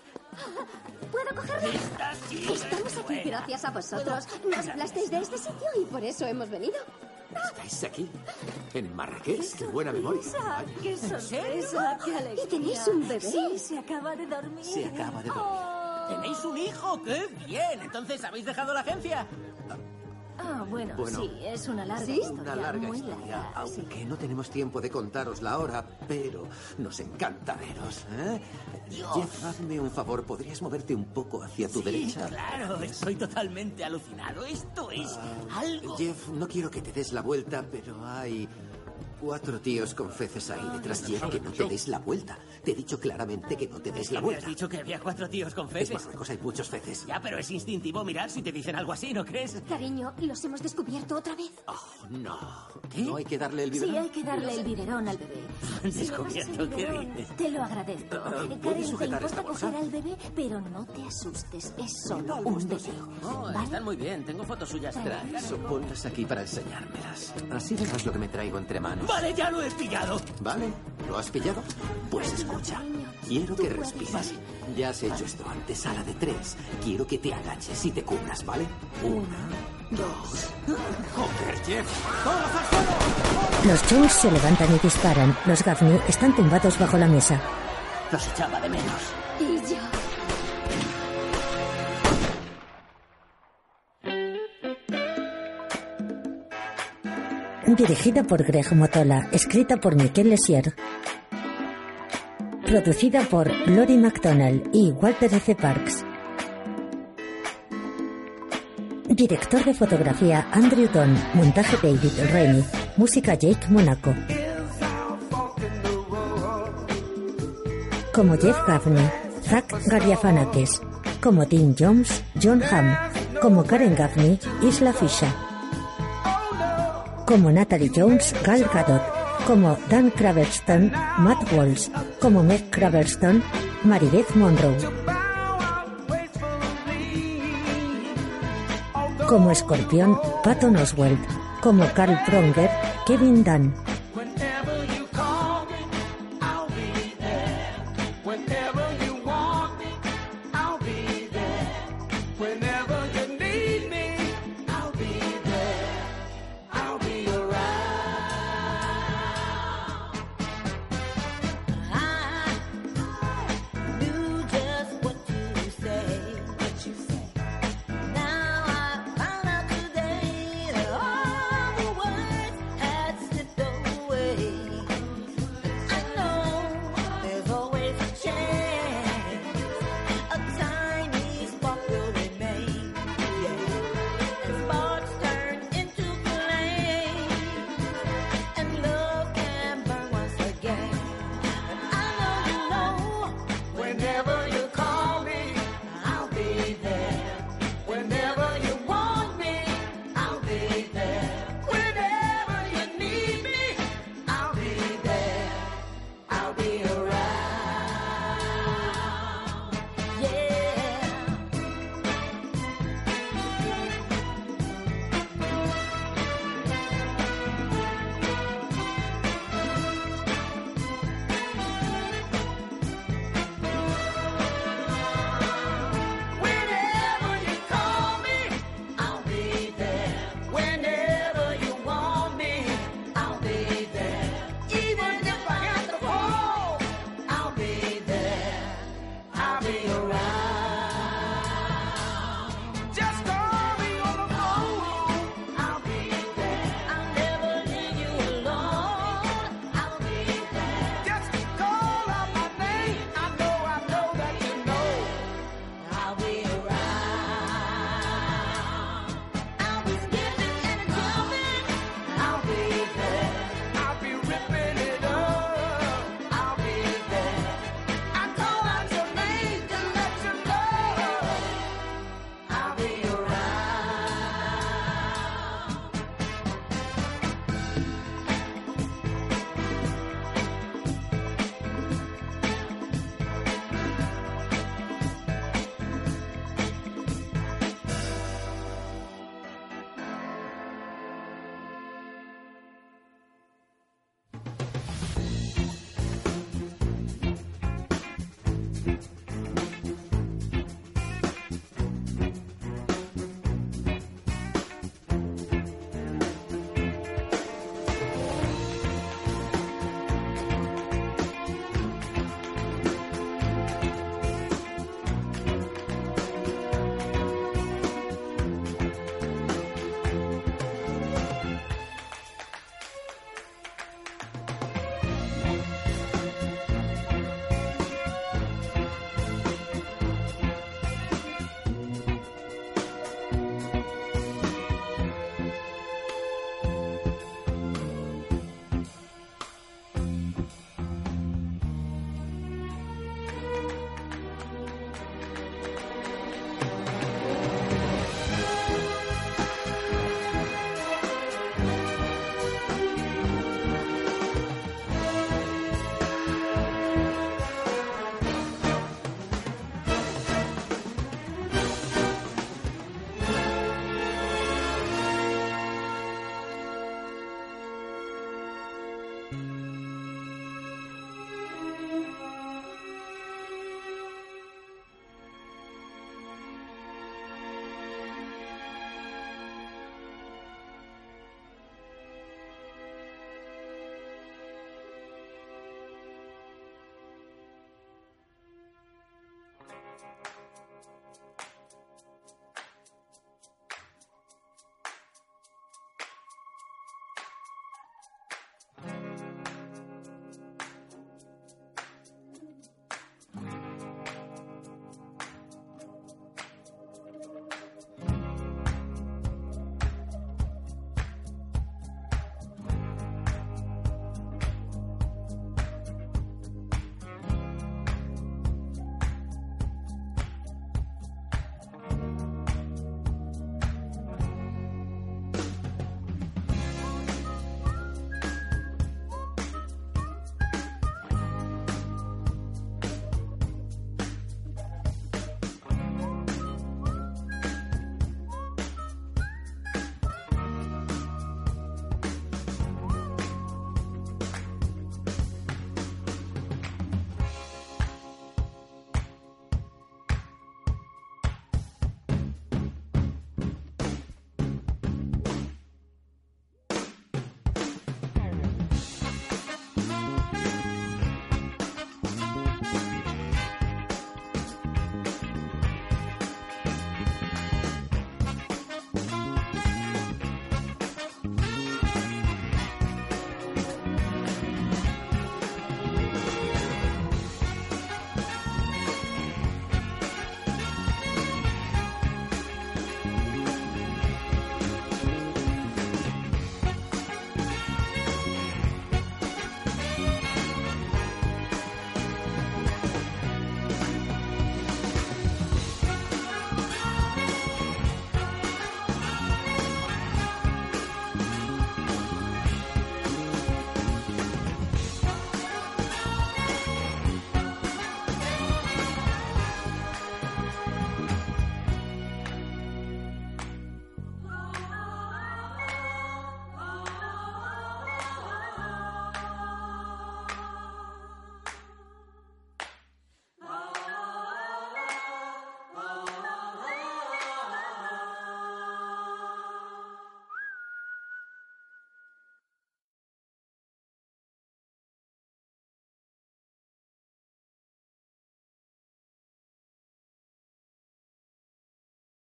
S30: ¿Puedo cogerlo?
S3: Estamos aquí gracias a vosotros. Nos hablasteis de este sitio y por eso hemos venido.
S5: ¿Estáis aquí? ¿En Marrakech? ¡Qué buena memoria!
S7: Isa, ¡Qué sorpresa!
S3: serio?
S7: ¡Qué alegría!
S3: ¿Y tenéis un bebé?
S7: Sí, se acaba de dormir.
S5: Se acaba de dormir.
S13: ¿Tenéis un hijo? ¡Qué bien! Entonces, ¿habéis dejado la agencia?
S12: Ah, bueno,
S5: Bueno.
S12: sí, es una larga
S5: Sí,
S12: historia.
S5: Una larga
S12: muy
S5: historia,
S12: larga.
S5: aunque no tenemos tiempo de contarosla ahora, pero nos encanta veros. ¿eh? Jeff, hazme un favor, ¿podrías moverte un poco hacia tu
S13: Sí,
S5: derecha?
S13: Claro, estoy totalmente alucinado. Esto es
S10: Ah,
S13: algo.
S5: Jeff, no quiero que te des la vuelta, pero hay cuatro tíos con feces ahí detrás. Jeff, que no te des la vuelta. Te he dicho claramente que no te des la
S13: Me has
S5: vuelta.
S13: dicho que había cuatro tíos con
S5: Es
S13: feces.
S5: Marruecos, hay muchos feces.
S13: Ya, pero es instintivo mirar si te dicen algo así, ¿no crees?
S3: Cariño, los hemos descubierto otra vez.
S7: Oh.
S5: No. ¿No hay que darle el
S12: Sí,
S5: biberón?
S12: hay que darle el biberón al bebé.
S13: Han
S12: Si le das el
S13: descubierto, ¿qué
S12: biberón,
S13: dices?
S12: Te lo agradezco.
S5: Ah, ¿puedes
S12: Karen, te
S5: sujetar esta bolsa?
S12: importa coger al bebé, pero no te asustes. Es solo
S5: tal
S12: un
S5: gusto,
S12: bebé.
S13: No,
S12: ¿Vale?
S13: están muy bien. Tengo fotos suyas.
S5: Trae eso, ponlas aquí para enseñármelas. Así verás lo que me traigo entre manos.
S13: Vale, ya lo he pillado.
S5: ¿Vale? ¿Lo has pillado? Pues escucha. Quiero que respires. Ya has hecho esto antes a la de tres. Quiero que te agaches y te cubras, ¿vale? Una, dos. ¡Joder, Jeff!
S1: Los Jones se levantan y disparan. Los Gaffney están tumbados bajo la mesa.
S13: Los echaba de menos.
S3: Y yo.
S1: Dirigida por Greg Motola, escrita por Miquel Lesier. Producida por Lori MacDonald y Walter F. Parks. Director de fotografía Andrew Don, montaje David Rennie, música Jake Monaco. Como Jeff Gaffney, Zach Galifianakis. Como Tim Jones, John Hamm. Como Karen Gaffney, Isla Fisher como Natalie Jones, Gal Gadot, como Dan Craverston, Matt Walsh, como Meg Craverston, Maribeth Monroe. Como Escorpión, Patton Oswald, como Carl Pronger, Kevin Dunn.
S30: Whenever you call me, I'll be there. Whenever you want me, I'll be there. Whenever